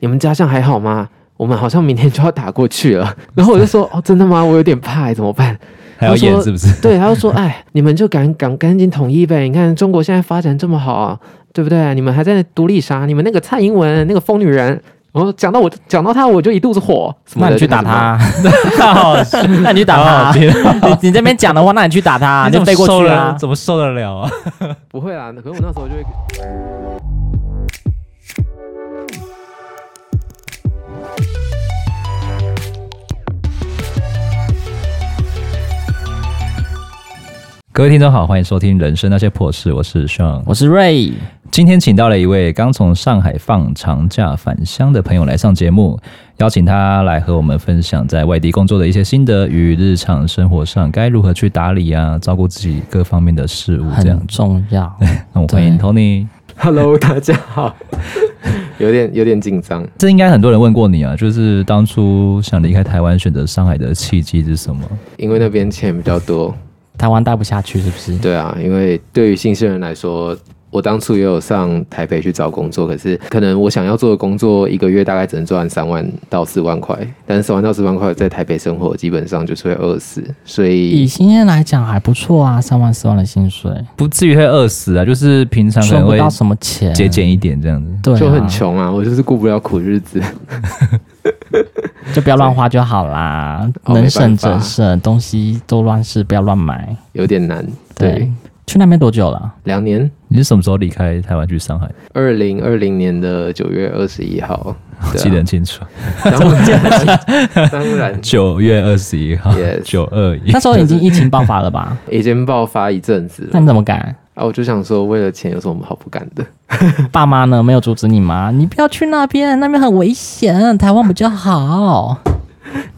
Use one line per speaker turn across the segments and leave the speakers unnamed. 你们家乡还好吗？我们好像明天就要打过去了。” 然后我就 说：“哦，真的吗？我有点怕、欸，怎么办？”
还要演是不是？
对，他就说：“哎，你们就赶赶赶紧统一呗！你看中国现在发展这么好、啊，对不对？你们还在那独立啥？你们那个蔡英文那个疯女人，然后讲到我讲到她，我就一肚子火。什么
那
的
你去
就开
打
始骂
他， 那你去打
哦
他。
天
你你这边讲的话，那你去打他，
你怎
你就
么
背过
受
去
得
啊。
怎么受得了啊？
不会啦，可是我那时候就 会。
各位听众好，欢迎收听《人生那些破事》，我是 Sean。
我是瑞，
今天请到了一位刚从上海放长假返乡的朋友来上节目，邀请他来和我们分享在外地工作的一些心得与日常生活上该如何去打理啊，照顾自己各方面的事
嗯
物。这样
很，重要。
那我欢迎
对
Tony。
Hello，大家好， 有点有点紧张。
这应该很多人问过你啊，就是当初想离开台湾选择上海的契机是什么？
因为那边钱比较多。
台湾待不下去是不是？
对啊，因为对于新鲜人来说，我当初也有上台北去找工作，可是可能我想要做的工作，一个月大概只能赚三万到四万块，但是三万到四万块在台北生活，基本上就是会饿死，所
以
以。
新鲜来讲还不错啊，三万四万的薪水，
不至于会饿死啊，就是平常可
赚
能
不
会
到什么钱，
节俭一点这样子。
对啊，
就很穷啊，我就是过不了苦日子。
就不要乱花就好啦，
哦
能省
没办
则
法
省，东西都乱试，不要乱买。
有点难。
对
对，，
去那边多久 了？
两年，
你是什么时候离开台湾去上海？
二零二零年的九月二十一号，对啊
记得很清楚，
当然，当 然
九月二十一号
Yes，
九二一
那。时候已经疫情爆发了 吧？
已经爆发一阵子
那
了。
你怎么敢？
啊，我就想说，为了钱有什么好不敢的？
爸妈呢？没有阻止你吗？你不要去那边，那边很危险，台湾比较好。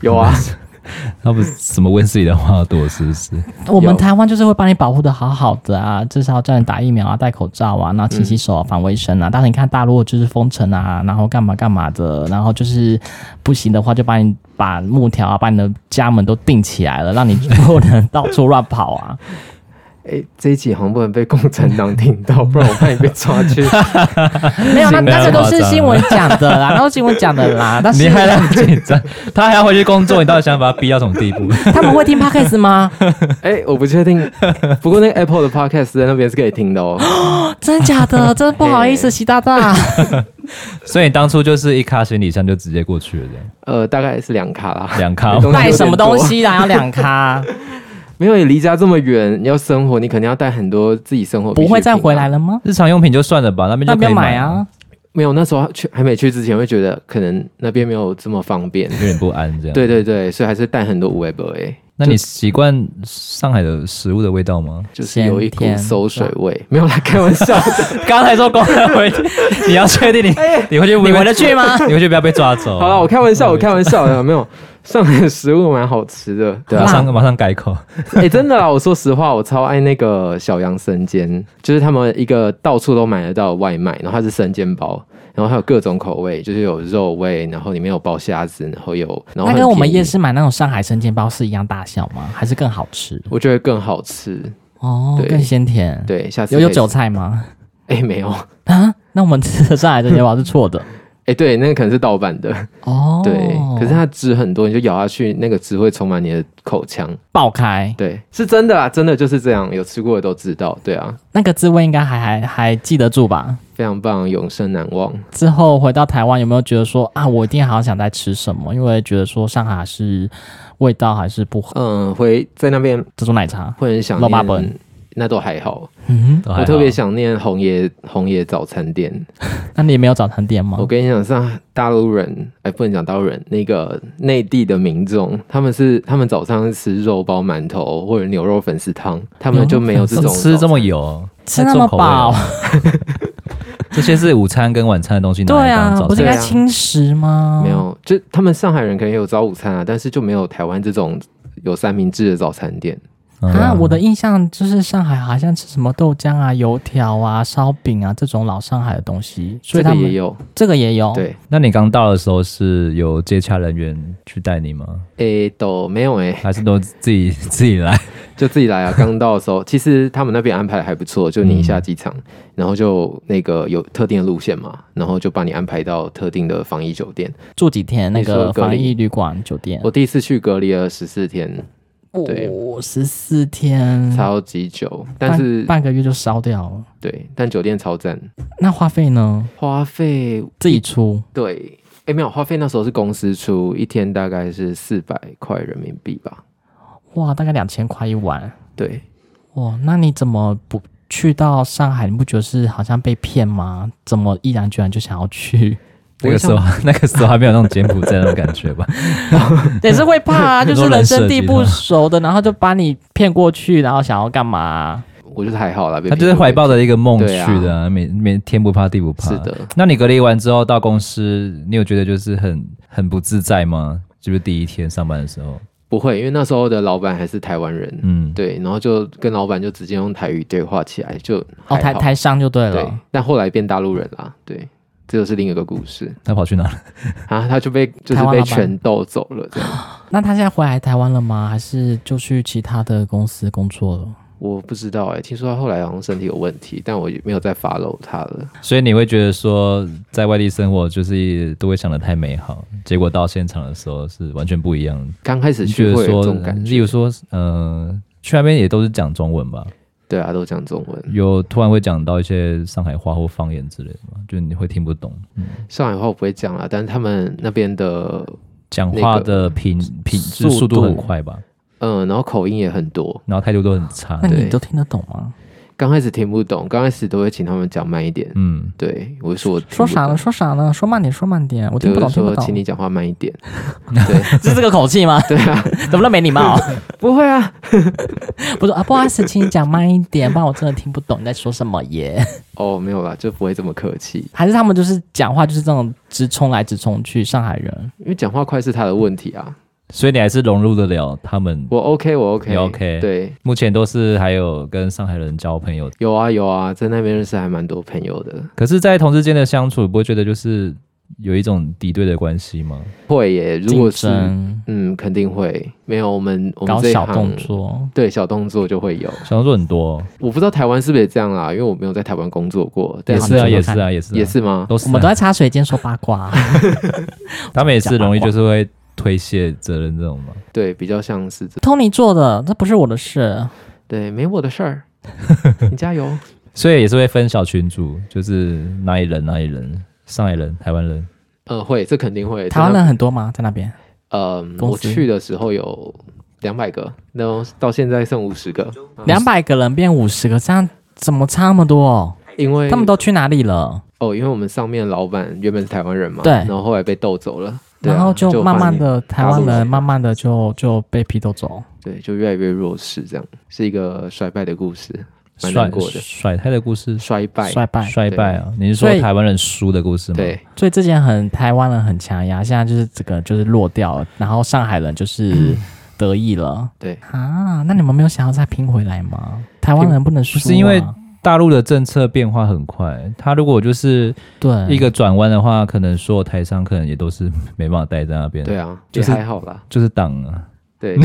有啊，
他不是什么温室里的花朵，是不是？
我们台湾就是会把你保护的好好的啊，至少叫你打疫苗啊、戴口罩啊，然后勤洗手、啊、防卫生啊。但是你看大陆就是封城啊，然后干嘛干嘛的，然后就是不行的话就把你把木条啊、把你的家门都钉起来了，让你不能到处乱跑啊。
哎、这一集好像不能被共产党听到，不然我怕你被抓去。
没 有，那啊
没有
那个都
夸
是
张
新闻讲的 啦，那都是新闻讲的啦。但
你
是
还很紧张，他还要回去工作，你到底想把他逼到什么地步？
他们会听 podcast 吗？
哎、我不确定，不过那个 Apple 的 Podcast 在那边是可以听的哦。
真假的？真不好意思，习大 大。
所以你当初就是一卡行李箱就直接过去了，这样
呃，大概是两卡啦，
两卡。
东西
带
有点
什么东
多？
西啦？要两 咖，
没有，你离家这么远，你要生活，你肯定要带很多自己生活。
不会再回来。了吗？
日常用品就算了吧，那边
啊那
就可
边
以
买
了，
啊，
没有，那时候去还没去之前，会觉得可能那边没有这么方便。
有点不安这样。，
对对对，所以还是带很多五味不哎，
那你习惯上海的食物的味道吗？
就是有一股
咸甜
馊水味。没有啦，开玩笑的。
刚才说工人回，你要确定你你回去不
你
会
回得去吗？
你回去不要被抓走。
好了，我开玩笑，我开玩笑的，没有。上海的食物蛮好吃的，对
马
啊，
上马上改口。
哎、真的啦，我说实话，我超爱那个小杨生煎，就是他们一个到处都买得到的外卖，然后它是生煎包，然后还有各种口味，就是有肉味，然后里面有包虾子，然后有，然后
那
很
跟我们
便宜
夜，市买那种上海生煎包是一样大小吗？还是更好吃？
我觉得更好吃。
哦，
对
更鲜甜。，
对，下次
有有
可以
韭菜吗？
哎、没有，哎、
啊，那我们吃的上海生煎包是错的。
对，那个可能是盗版的，
哦，
对，可是它汁很多，你就咬下去，那个汁会充满你的口腔，
爆开，
对，是真的啊，真的就是这样，有吃过的都知道，对啊，
那个滋味应该还还还记得住吧？
非常棒，永生难忘。
之后回到台湾，有没有觉得说啊，我一定好想再吃什么？因为觉得说上海是味道还是不好，
嗯，回在那边
珍珠奶茶。
会很想
老爸本
念，那都还好。
嗯，
都
我
还好
特别想念红爷红爷早餐店。
那你也没有早餐店吗
我？跟你讲，上大陆人，哎，不能讲大陆人，那个内地的民众，他们是他们早上是吃肉包馒头或者牛肉粉丝汤，他们就没有这
怎么
种
哦吃这
早
么油，
吃那么饱
太重口味了，这些是午餐跟晚餐的东西拿
对
来
啊
当，早
不是应
餐。
该轻食吗？
没，有，就他们上海人可能有早午餐啊，但是就没有台湾这种有三明治的早餐店。
啊，我的印象就是上海好像吃什么豆浆啊、油条啊、烧饼啊这种老上海的东西，所
这
以他
个
们哦
也有。
这个也有，
对，
那你刚到的时候是有接洽人员去带你吗？
诶、都没有诶、
还是都自己 自己来？
就自己来啊。刚到的 时候，其实他们那边安排的还不错，就你一
嗯
下机场，然后就那个有特定的路线嘛，然后就把你安排到特定的防疫酒店。
嗯
住几天那
你说
个
隔离
防疫旅馆酒店，
我第一次去隔离了十四天，对
我十四天，
嗯
超级久，
半
但是
半个月就烧掉了。
对，但酒店超赞，
那花费呢？
花费
自己出，
对。哎，没有，花费那时候是公司出，一天大概是四百块人民币吧。
哇，大概两千块一晚。
对，
哇，那你怎么不去到上海？你不觉得是好像被骗吗？怎么毅然决然就想要去？
那个时候 那个时候还没有那种柬埔寨那种感觉 吧？
也是会怕啊，就
你说
是人
人设
生地
计
不
吗
熟的，然后就把你骗过去，然后想要干嘛、
我觉得还好啦，被
他就是
骗
怀抱着一个梦
对啊
去的、啊，每每天不怕地不怕。
是。的，
那你隔离完之后到公司，你有觉得就是很很不自在吗？就是第一天上班的时候，
不会，因为那时候的老板还是台湾人，
嗯，
对，然后就跟老板就直接用台语对话起来，就
哦，
还
台
好
台上就对了。
对，啊但后来变大陆人啦，对，这就是另一个故事
他跑去哪了？
啊，他就被就
台
是
湾
被
老板
全斗走了，这样
那他现在回来台湾了吗？还是就去其他的公司工作了？
我不知道哎、听说他后来好像身体有问题，但我也没有再 follow 他了。
所以你会觉得说，在外地生活就是都会想的太美好，结果到现场的时候是完全不一样的。
刚开始
你
去
觉得
会有这
说
种，感
例
觉，
如说，呃，去那边也都是讲中文吧？
对啊，都讲中文，
有突然会讲到一些上海话或方言之类的吗？就你会听不懂，
上海话我不会讲啦，但是他们那边的
讲话的频频就是速度很快吧，
嗯，然后口音也很多，
然后态度都很差
那。你
对
都听得懂吗？
刚开始听不懂，刚开始都会请他们讲慢一点。
嗯，
对，我就说我听
说
不
啥
懂
呢？？说啥呢？说慢点，说慢点，我听
对
不
我就
懂，听不
说，
懂。
请你讲话慢一点。对，
是这个 口气吗？
对啊，
怎么那么没礼貌？
不会啊。
不是啊，不好意思，请你讲慢一点，不然我真的听不懂你在说什么耶。
哦，没有啦，就不会这么客气，
还是他们就是讲话就是这种直冲来直冲去，上海人
因为讲话快是他的问题啊。
所以你还是融入得了他们。
我 OK，我 OK，
你 OK
对，
目前都是还有跟上海人交朋友，
有啊有啊，在那边认识还蛮多朋友的。
可是，在同事间的相处，不会觉得就是有一种敌对的关系吗？
会耶，如
竞
果是
争、
嗯，肯定会。没有我们我们
搞
这一
小
行啊
动，作，
对小动作就会有。
小动作很多，
我不知道台湾是不是也这样啦，因为我没有在台湾工作过，但
也是啊，
你说说
也是啊，
看
也是啊，
也是吗？
都是啊、
我们都在茶水间说八卦。
他们也是容易就是会推卸责任这种嘛。
对，比较像是这，
Tony 做的，这不是我的事。
对，没我的事儿，你加油。
所以也是会分小群组，就是哪里人哪里人，上海人、台湾人，
呃，会，这肯定会。
台湾人很多吗？在那边？
嗯，
公
我
司
去的时候有两百个，然后到现在剩五十个，
两百个人变五十个，这样怎么差那么多？
因为
他们都去哪里了？
哦，因为我们上面老板原本是台湾人嘛，
对
然后后来被斗走了，对啊
然后就慢慢
换
的台湾
大陆
人
人
慢慢的就就被批斗走，
对，就越来越弱势，这样是一个衰败的故事，蛮
甩
难过的，
甩胎的故事，
衰败，
衰败。
衰败啊！你是
所
说
以
台湾人输的故事吗？，
对，
所以之前很台湾人很强压，现在就是这个就是落掉了，然后上海人就是得意了。
对
啊，那你们没有想要再拼回来吗？台湾人不能输啊、
不是因为大陆的政策变化很快，他如果就是
嗯
对
一个转弯的话，可能所有台商可能也都是没办法待在那边，
对，啊，
就是
也还好啦，
就是党啊。
对，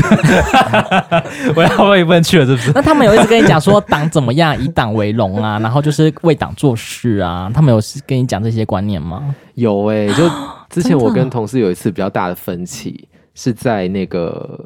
我要问一问去了，是不是？
那他们有一直跟你讲说党怎么样，以党为荣啊， 然后就是为党做事啊，他们有跟你讲这些观念吗？
有哎、就 之前
真的
我
啊
跟同事有一次比较大的分歧，是在那个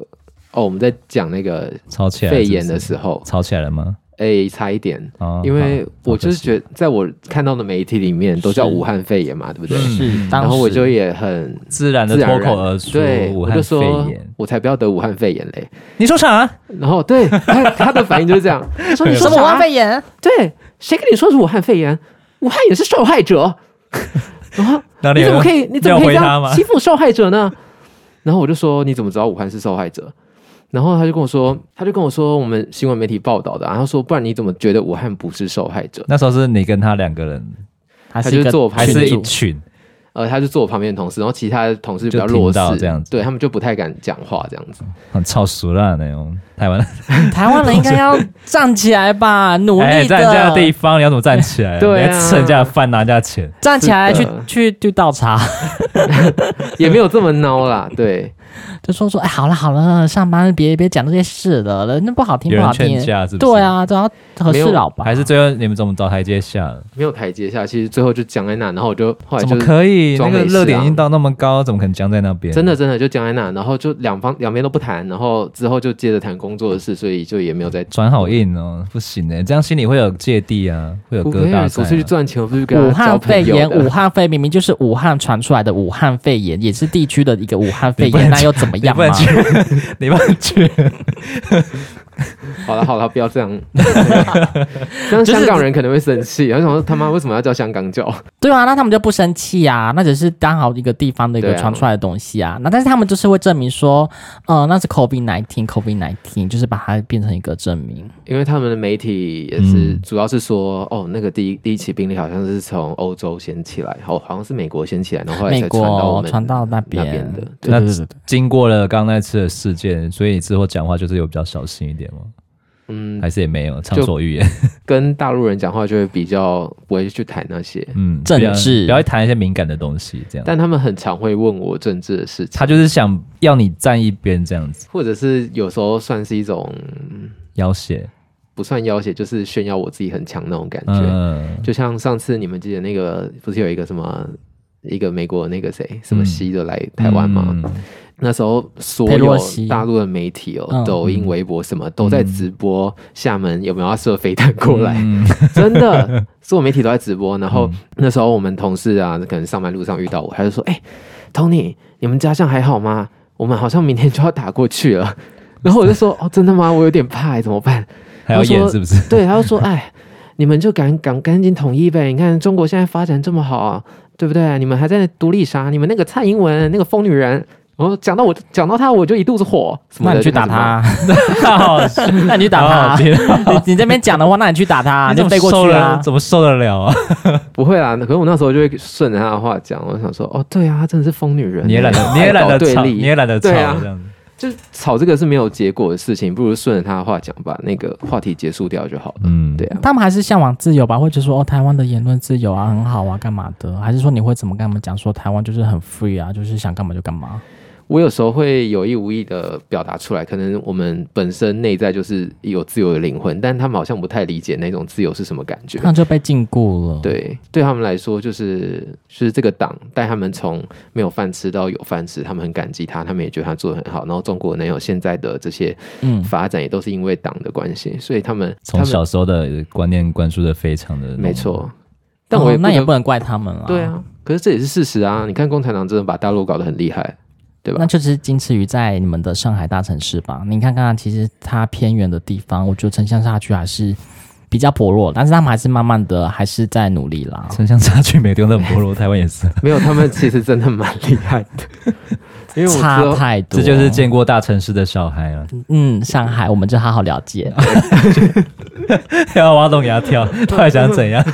哦，我们在讲那个
吵
啊
起来了
肺
是不是
炎的时候，
吵起来了吗？
哎、差一点。
啊，
哦
因为我就是
得
觉得，在我看到的媒体里面都叫
是
武汉肺炎嘛，对不对？
是，当
然后我就
时
也很
自然的
自然
脱
而然
口而出，
对，
武
我
汉
就
肺
说
炎。
我才不要得武汉肺炎嘞。
你说啥？
然后对他他的反应就是这 样，他说你说啊
什么武汉
啥
肺炎？
对，谁跟你说是武汉肺炎？武汉也是受害者。然后
哪里
你
有
怎么可以你怎么可以这
要回他吗
样欺负受害者呢？然后我就说你怎么知道武汉是受害者？然后他就跟我说，他就跟我说我们新闻媒体报道的啊、然后说不然你怎么觉得武汉不是受害者？
那时候是你跟他两个人，
还
他
是
就
一个
做拍
还
群
是
群
一
主
群？哎
呃，他就坐我旁边的同事，然后其他的同事比较
就听
弱势
到，这样子
对他们就不太敢讲话这样子。
很超熟了那种台湾，
台湾人应该要站起来吧，努力的、
在人家的地方，你要怎么站起来？
对啊
你要吃人家的饭，拿人家的钱，
站起来
是
去
的
去去倒茶，
也没有这么孬啦，对，
就说说，哎，好了好了，上班别别讲这些事了，那不好听
有
不好
人劝
听。
架是不是？
对，啊，都要和事佬吧。
还是最后你们怎么找台阶下了？
没有台阶下，其实最后就僵在那，然后我就后来
怎
就
么
是
可以？那
装
个
没事啊
热点已经到那么高，怎么可能僵在那边？
真的真的就僵在那，然后就两方两边都不谈，然后之后就接着谈工作的事，所以就也没有再。
转好硬哦，不行哎，这样心里会有芥蒂啊，会有
我
疙
跟
瘩
我出
在
去
啊。
赚钱，我不是跟
武
他交
汉
朋
肺
友
炎，
的
武汉肺明明就是武汉传出来的武汉肺炎，也是地区的一个武汉肺
你不能
炎，那又怎么
你
样
不
嘛
能？去，你不能去，
好了好了，不要这 样。像香港人可能会生气，然后想说他妈为什么要叫香港脚？
对啊，那他们就不生气啊，那只是刚好一个地方的一个
对啊
传出来的东西啊。那但是他们就是会证明说，呃，那是 COVID nineteen COVID nineteen，就是把它变成一个证明。
因为他们的媒体也是，
嗯
主要是说哦，那个第一第一起病例好像是从欧洲先起来，好好像是美国先起来，然后后来
美
才传到我
国
们
传到那
那
边
边的。对
那经过了刚那次的事件，所以你之后讲话就是有比较小心一点吗？
嗯，
还是也没有畅所欲言？
跟大陆人讲话就会比较不会去谈那些，
嗯，
政治
不要不要谈一些敏感的东西，这样。
但他们很常会问我政治的事情，
他就是想要你站一边这样子，
或者是有时候算是一种
要挟。
不算要挟，就是炫耀我自己很强那种感觉。
嗯，
就像上次你们记得那个，不是有一个什么一个美国那个谁什么西的来台湾吗？
嗯？
那时候所
嗯佩洛
有
西
大陆的媒体哦，
嗯
抖音、微博什么都在直播厦门有没有要射飞弹过来，
嗯
真的，所有媒体都在直播。然
嗯
后那时候我们同事啊，可能上班路上遇到我，他就说：“哎、t o n y 你们家乡还好吗？我们好像明天就要打过去了。” 然后我就说：“哦，真的吗？我有点怕、怎么办
还要
他
演
说
是 不是？？”
对，他就说：“哎，你们就赶赶赶紧统一呗！你看中国现在发展这么好、啊，对不对？你们还在独立啥？你们那个蔡英文那个疯女人。”然后讲到我讲到他，我就一肚子火。什么
那
的
你去
就开
打
始骂
他，
好笑
那你去打
好好
他。啊
听 哦
你你这边讲的话，那你去打他，
你
就
怎么
飞过
受
去
得
啊。
怎么受得了啊？
不会啦，可是我那时候就会顺着他的话讲，我想说，哦，对啊，她真的是疯女人，
你也懒得，你也懒
搞
得
对
吵，
立，
你也懒得吵
对啊
这样子。
就是吵这个是没有结果的事情，不如顺着他的话讲，把那个话题结束掉就好了。
嗯
对，啊，
他们还是向往自由吧，或者说哦，台湾的言论自由啊，很好啊，干嘛的？还是说你会怎么跟他们讲说台湾就是很 free 啊，就是想干嘛就干嘛？
我有时候会有意无意的表达出来，可能我们本身内在就是有自由的灵魂，但他们好像不太理解那种自由是什么感觉
他。
嗯
们就被禁锢了。，
对，对他们来说，就是就是这个党带他们从没有饭吃到有饭吃，他们很感激他，他们也觉得他做的很好。然后中国能有现在的这些
嗯，
发展，也都是因为党的关系，所以他们他
从
们
小时候的观念灌输的非常的
没，错，但我也
哦
不
那也
能
不能怪他们了。
对，啊，可是这也是事实啊！你看共产党真的把大陆搞得很厉害，对吧
那？就是仅次于在你们的上海大城市吧。你看看，其实它偏远的地方，我觉得城乡差距还是比较薄弱，但是他们还是慢慢的还是在努力 啦。
城乡差距每个地方都很薄弱，台湾也是，
没有，他们其实真的蛮厉害的，因为我知
差
道
太多，
这就是见过大城市的小孩啊了，
嗯，上海，我们就好好了 解。
要挖洞给他 跳，到底想怎样？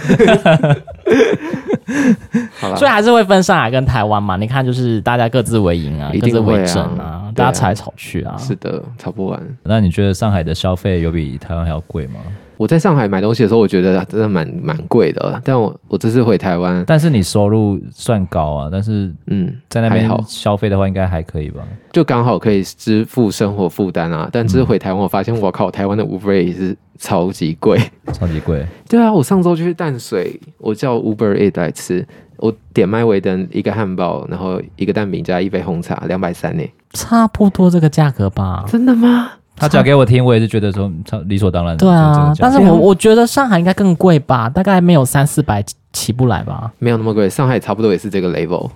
好了
所，以还是会分上海跟台湾嘛。你看，就是大家各自为营啊，
一
各
定
自
会啊
为政啊，
对
大
啊
家吵来吵去啊。
是的，吵不完。
那你觉得上海的消费有比台湾还要贵吗？
我在上海买东西的时候，我觉得真的蛮蛮贵的，但我我这次回台湾，
但是你收入算高啊，但是
嗯，
在那
还
边
好
消费的话，应该还可以吧？
就刚好可以支付生活负担啊。但这
嗯
次回台湾，我发现我靠，台湾的 Uber 也是超级贵。
超级贵，
对啊，我上周就去淡水，我叫 Uber Eat 来吃，我点麦威登一个汉堡，然后一个蛋饼加一杯红茶，两百三呢。
差不多这个价格吧。
真的吗？
他讲给我听，我也是觉得说嗯超理所当然的。
对
这
啊
个，价
但
格
是我我觉得上海应该更贵吧，大概没有三四百起起不来吧。
没有那么贵，上海差不多也是这个 level，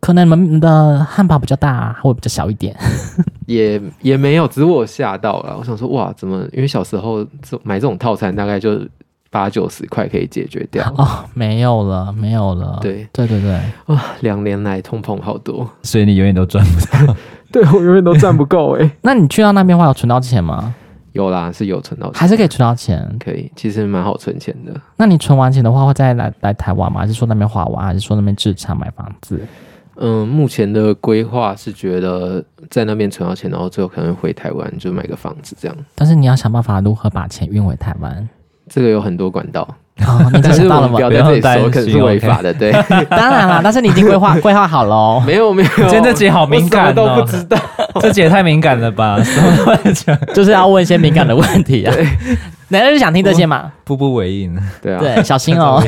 可能你们的汉堡比较大，会比较小一点。
也也没有，只是我吓到了。我想说，哇，怎么？因为小时候这买这种套餐大概就八九十块可以解决掉。
哦，没有了，没有了。
对
对对对，
哇，两年来通膨好多，
所以你永远都赚不到。
对我永远都赚不够哎、
那你去到那边的话，有存到钱吗？
有啦，是有存到钱，
还是可以存到钱。
可以，其实蛮好存钱的。
那你存完钱的话，会再来来台湾吗？还是说那边花完，还是说那边置产买房子？
嗯，目前的规划是觉得在那边存到钱，然后最后可能回台湾就买个房子这样。
但是你要想办法如何把钱运回 台湾。
这个有很多管道，
哦，你
但是我
想到了
们
吗
不？要在这里说，可
不用担
能
心
是违法的。 对，
当然啦，但是你已经规划 规划好哦喽。
没有没有，
今天这集好敏
我
感
什么
哦
都不知道。
这姐太敏感了吧？什么都在讲，
就是要问一些敏感的问题啊。男人就想听这些嘛？
步步为营。
对啊，
对，小心哦。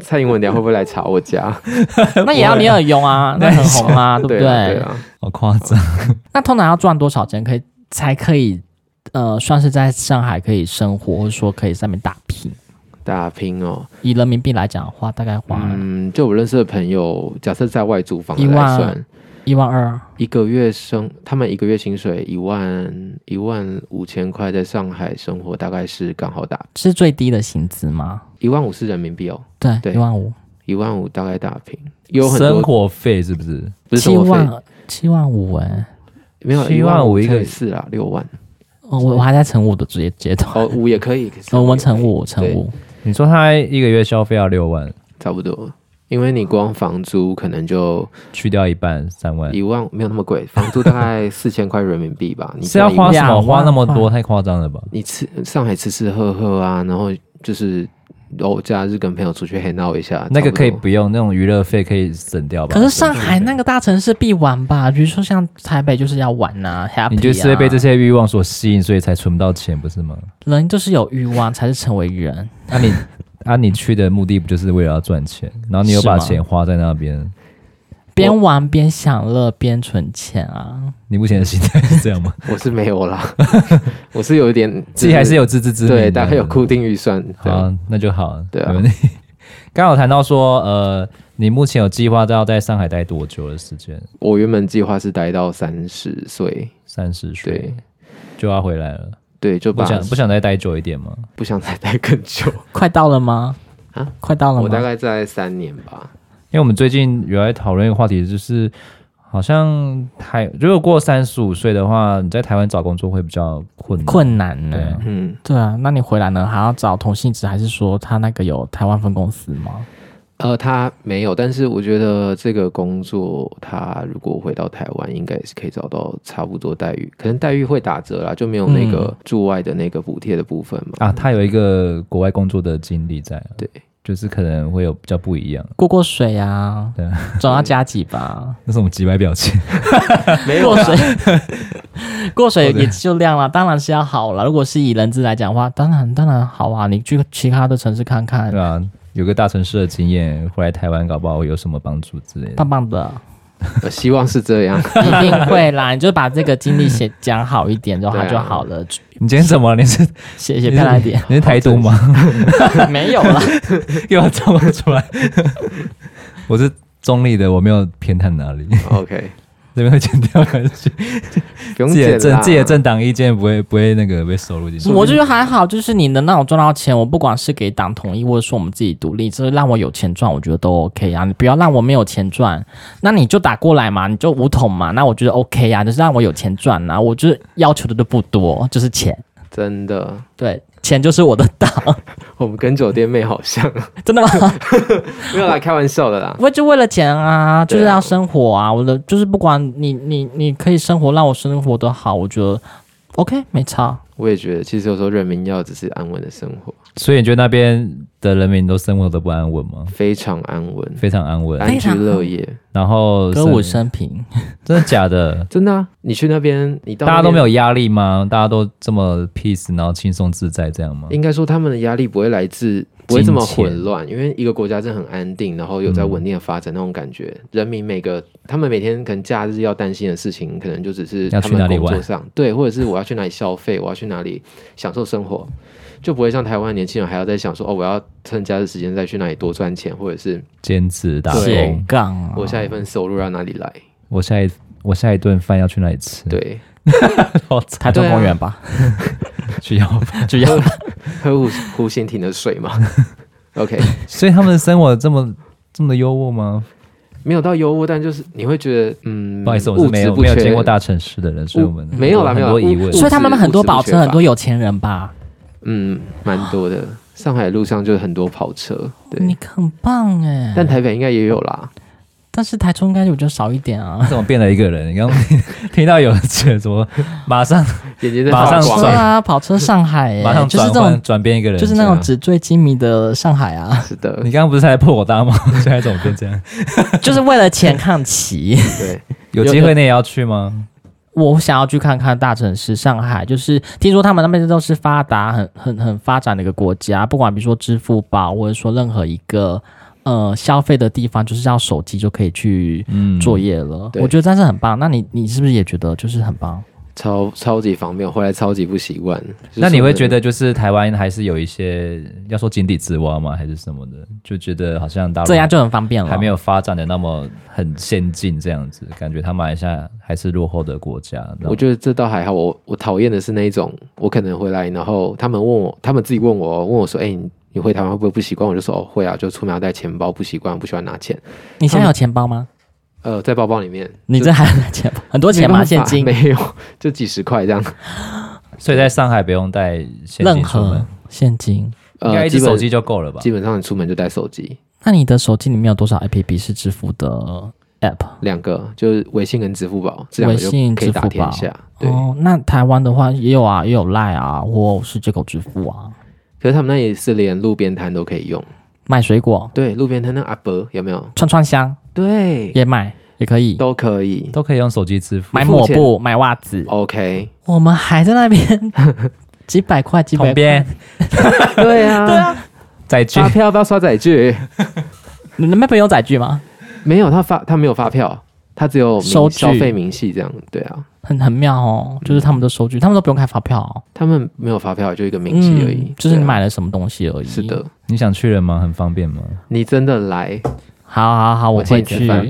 蔡英文等一下会不会来查我家？
那也要你有用啊，那很红啊，对不
对啊对啊，
好夸张！
那通常要赚多少钱可以才可以呃，算是在上海可以生活，或者说可以在那边打拼？
打拼哦。
以人民币来讲的话，大概花
嗯，就我认识的朋友，假设在外租房的
一万
来算，
一万二，
一个月生他们一个月薪水一万一万五千块，在上海生活大概是刚好打
是最低的薪资吗？
一万五是人民币哦，
对，
对
一万五，
一万五大概打平，有很
生
多
活费是不是？
不是
七
生活费，
万七万五哎，
没有
七万五一
15000
个
是啦，六 万
哦我我还在乘五的职业阶段，
哦五也可以，可是
哦我
也
们
可以
乘五乘五，
你说他一个月消费要六万，
差不多。因为你光房租可能就
去掉一半三万，
一万，没有那么贵，房租大概四千块人民币 吧。你
是要
赚一万
花什么？
两万
花那么多，太夸张了吧？
你吃上海吃吃喝喝啊，然后就是哦，假日跟朋友出去 hang out 一下，
那
差
个
不多
可以不用，那种娱乐费可以省掉吧？
可是上海那个大城市必玩吧，比如说像台北就是要玩啊呐、h a
啊
p
你就是会被这些欲望所吸引，所以才存不到钱，不是吗？
人就是有欲望才是成为人，
啊你啊你去的目的不就是为了要赚钱？然后你又
是吗
把钱花在 那边，
边玩边享乐边存钱啊。
你目前的心态是这样 吗？
我是没有 啦，我是有一点、
自己还是
有
有自知之明的，嗯
对，大概有固定预算，对
好，那就好，
对啊
没问题。 刚好谈到说，呃，你目前有计划到要在上海待多久的时间？
我原本计划是待到三十岁，
三十岁
对
就要回来了，
对，就
不
把
想不想再待久一点吗？
不想再待更 久，
快到了吗？
啊，
快到了
我大
吗？
概在三年吧。
因为我们最近有在讨论一个话题，就是好像台如果过三十五岁的话，你在台湾找工作会比较困难。
困难呢、
对啊
嗯，
对啊，那你回来呢？还要找同性质，还是说他那个有台湾分公司吗？
呃，他没有，但是我觉得这个工作，他如果回到台湾，应该也是可以找到差不多待遇，可能待遇会打折啦，就没有那个驻外的那个补贴的部分嘛。
嗯啊，他有一个国外工作的经历在，
对，
就是可能会有比较不一样。
过过水啊
对，
总要加几 吧。
那是我们几百表情，
没
过
啊
水，过水也就亮了，当然是要好了。如果是以人资来讲的话，当然当然好啊，你去其他的城市看 看
对，啊吧、有个大城市的经验，回来台湾搞不好有什么帮助之类的。
棒 棒的，
呃希望是这样。
一定会啦。你就把这个经历写讲好一点就好
对啊
就好了，
你今天怎么了？你是
写写漂亮一点。
你是台独吗？
没有啦，
又要这么出来？ 我是中立的，我没有偏袒哪里，
OK，
这边会剪掉，可能是
不用
自己的
解
政自己的政党意见不会不会那个被收录进去。
我就觉得还好，就是你能让我赚到钱，我不管是给党统一，或者说我们自己独立，就是让我有钱赚，我觉得都 OK 啊。你不要让我没有钱赚，那你就打过来嘛，你就五统嘛，那我觉得 OK 啊，就是让我有钱赚啊。我就是要求的都不多，就是钱，
真的，
对，钱就是我的党，
我们跟酒店妹好像， 啊
真的吗？
没有啦，开玩笑的啦。
我就为了钱啊，就是
对啊
要生活啊，我的就是不管你你你可以生活，让我生活的好，我觉得 OK 没差。
我也觉得，其实有时候人民要只是安稳的生活，
所以你觉得那边的人民都生活的不安稳吗？
非常安稳，
非常安稳，
安居
常
乐业，？
然后
歌舞升平，
真的假的
真的、啊。你去那边，你到
大家都没
有，
有压力吗？大家都这么 peace，然后轻松自在这样吗？
应该说他们的压力不会来自，不会这么
金钱嗯
混乱，因为一个国家真的很安定，然后有在稳定的发展那种感觉。人民每个他们每天可能假日要担心的事情，可能就只是
要
他
去哪
们
里
工作
玩
上，对，或者是我要去哪里消费，我要去哪里享受生活，就不会像台湾年轻人还要在想说，哦，我要趁假日时间再去哪里多赚钱，或者是
兼职打
对
工
斜，杠啊，
我下一
哦
份收入要哪里来？
我下一我下一顿饭要去哪里吃？，
对，
台中公园吧。
去要。
就要
喝湖湖心亭的水嘛。OK，嗯
所以他们的生活这么这么优渥吗？
没有到优渥，但就是你会觉得，嗯，
不好意思，我
物
是没
质
有
不
没有
缺
见过，大城市的人，所以我们
物没有啦
很多
没有啦
疑问
物。
所以他们
质
很多
物质不
保
缺
证很
乏
多有钱人吧？
嗯，蛮多的。上海路上就很多跑车，
你
对，
很棒哎，
但台北应该也有啦。
但是台中应该我就少一点啊。
怎么变了一个人？你刚 刚听到有人怎么马上
眼睛在
马
发
上
光
对
转
啊，
啊，跑车上海、 欸，
马上
就是
转
这种
换，转变一个人，
就是那种纸醉金迷的上海 啊，
是的
你，刚刚不是才破我大吗？ 现在怎么变这样？
就是为了钱抗棋。
对，
有机会你也要去吗？
我想要去看看大城市上海，就是听说他们那边都是发达、很很很发展的一个国家，不管比如说支付宝，或者说任何一个呃消费的地方，就是要手机就可以去
嗯，
作业了。
对
我觉得真是很棒。那你你是不是也觉得就是很棒？
超超级方便，回来超级不习惯。就是
那你会
我
觉得就是台湾还是有一些要说井底之蛙吗？还是什么的？就觉得好像大陆
这样就很方便了。
还没有发展的那么很先进，这样子感觉他马来西亚还是落后的国家。那
我觉得这倒还好，我我讨厌的是那一种，我可能回来，然后他们问我，他们自己问我，问我说，哎、你你回台湾会不会不习惯？我就说，哦，会啊，就出门要带钱包，不习惯，不喜欢拿钱，
你现在有钱包吗？
呃，在包包里面，
你
就
这还有钱包？很多钱
没办
吗？
法
现 金？
没有，就几十块这样，
所以在上海不用带现
任
金出门
何，现金？
应该
呃，
一
基
只
本
手机就够了吧？
基本上你出门就带手机，
那你的手机里面有多少 APP 是支付的 App？
两个就是微信跟支付宝，这两个就
微信
可以打
支付宝
天下。对，
哦，那台湾的话也有啊，也有赖啊，或是接口支付啊，
可是他们那也是连路边摊都可以用，
卖水果、
对，路边摊那阿伯有没有？
串串香
对，
也买，也可以
都可以。
都可以用手机支付，
买
付
抹
钱哦
布、买袜子。
OK，
我们还在那边 几百块、几百
统
块，
编
对啊，对啊，
再去
发票要不要刷载具？
你那边不用载具吗？
没有，他发他没有发票，他只有明
收据
消费明细这样。对啊，
很很妙哦，就是他们的收据，他们都不用开发票、哦，
他们没有发票，就一个明细而已。
嗯就是
对
你
啊
买了什么东西而已。
是，的，
你想去了吗？很方便吗？
你真的来
好好好，我
我请
会
你吃
去，
饭哦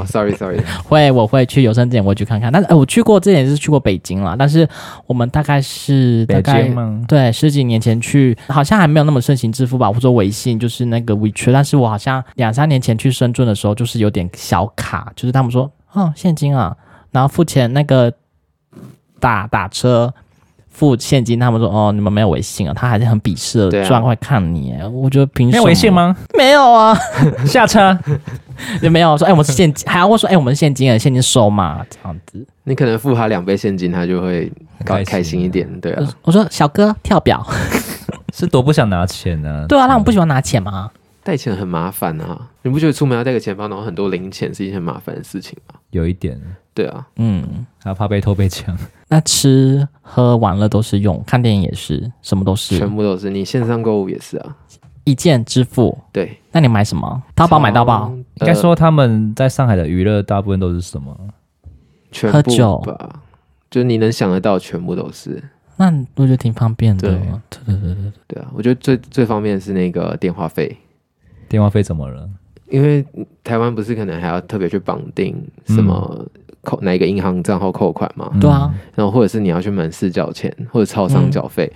哦，
，sorry sorry，
会我会去有生之年我会去看看。但是、呃、我去过之前是去过北京啦，但是我们大概是大
北
概
京吗？
对，十几年前去，好像还没有那么盛行支付宝或者微信，就是那个 WeChat。但是我好像两三年前去深圳的时候，就是有点小卡，就是他们说，哦，现金啊，然后付钱那个打打车付现金，他们说，哦，你们没有微信啊，他还是很鄙视
对
的
啊
转过来看你，我觉得凭什
没
么
有微信？吗？
没有啊，
下车。
也没有说，哎、我们是现金，还要问说，哎、我们是现金啊，现金收嘛，这样子。
你可能付他两倍现金，他就会高
很开心
开心一点。对啊，
我说小哥 跳表，
是多不想拿钱呢、
对啊，那我们不喜欢拿钱吗？
带钱很麻烦啊，你不觉得出门要带个钱包，然后很多零钱是一件很麻烦的事情吗？
有一点，
对啊，
嗯。
他怕被偷被抢。
那吃喝玩乐都是用，看电影也是，什么都
全
是，
部都是。你线上购物也是啊，
一键支付。
对，
那你买什么？淘宝买
到
到爆，
应该说他们在上海的娱乐大部分都是什么？
全
喝
部
酒
吧，就是你能想得到，全部都是。
那我觉得挺方便的。
对
对对对对对，
对啊，我觉得最最方便的是那个电话费，
电话费怎么了？
因为台湾不是可能还要特别去绑定什么扣、哪一个银行账号扣款嘛，
对啊，
嗯
然后或者是你要去门市缴钱或者超
嗯
商缴费，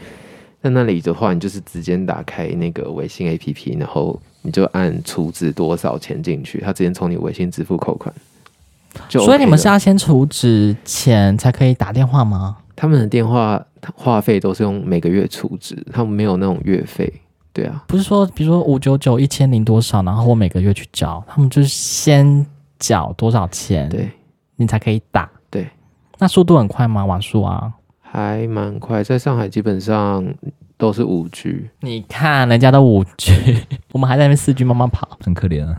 在、那里的话，你就是直接打开那个微信 APP，然后你就按储值多少钱进去，它直接从你微信支付扣款。就 OK
所以你们是
了
要先储值钱才可以打电话吗？
他们的电话话费都是用每个月储值，他们没有那种月费。对啊，
不是说，比如说五九九一千零多少，然后我每个月去缴，他们就是先缴多少钱，
对，
你才可以打。
对，
那速度很快吗？网速啊？
还蛮快，在上海基本上都是五 G。
你看人家都五 G，我们还在那边四 G 慢慢跑。
很可怜啊！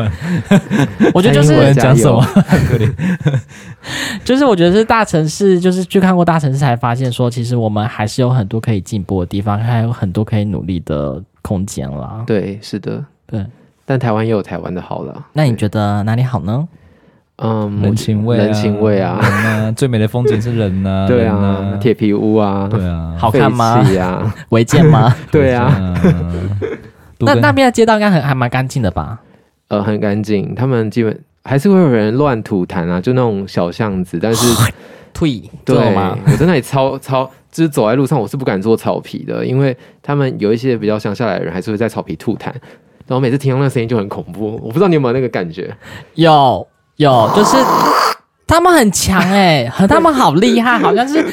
我觉得就
蔡英
是
文
讲什么？
就是我觉得是大城市，就是去看过大城市才发现说，其实我们还是有很多可以进步的地方，还有很多可以努力的空间啦。
对，是的，
对，
但台湾也有台湾的好了。
那你觉得哪里好呢？
嗯，
人情味、啊，
人情味啊，
人啊，最美的风景是人 呐、
对
人
啊
啊，，
铁皮屋啊，
对啊，
好看吗
废弃 啊，
违建吗？
对 啊，
啊都
那
跟
那边的街道应该很还蛮干净的吧？
呃，很干净。他们基本还是会有人乱吐痰啊，就那种小巷子，但是
退
对，
对吗？
我在那里超超。就是走在路上，我是不敢做草皮的，因为他们有一些比较乡下来的人，还是会在草皮吐痰。然后每次听到那个声音就很恐怖，我不知道你有没有那个感觉。
有有，就是他们很强哎、很他们好厉害，好像是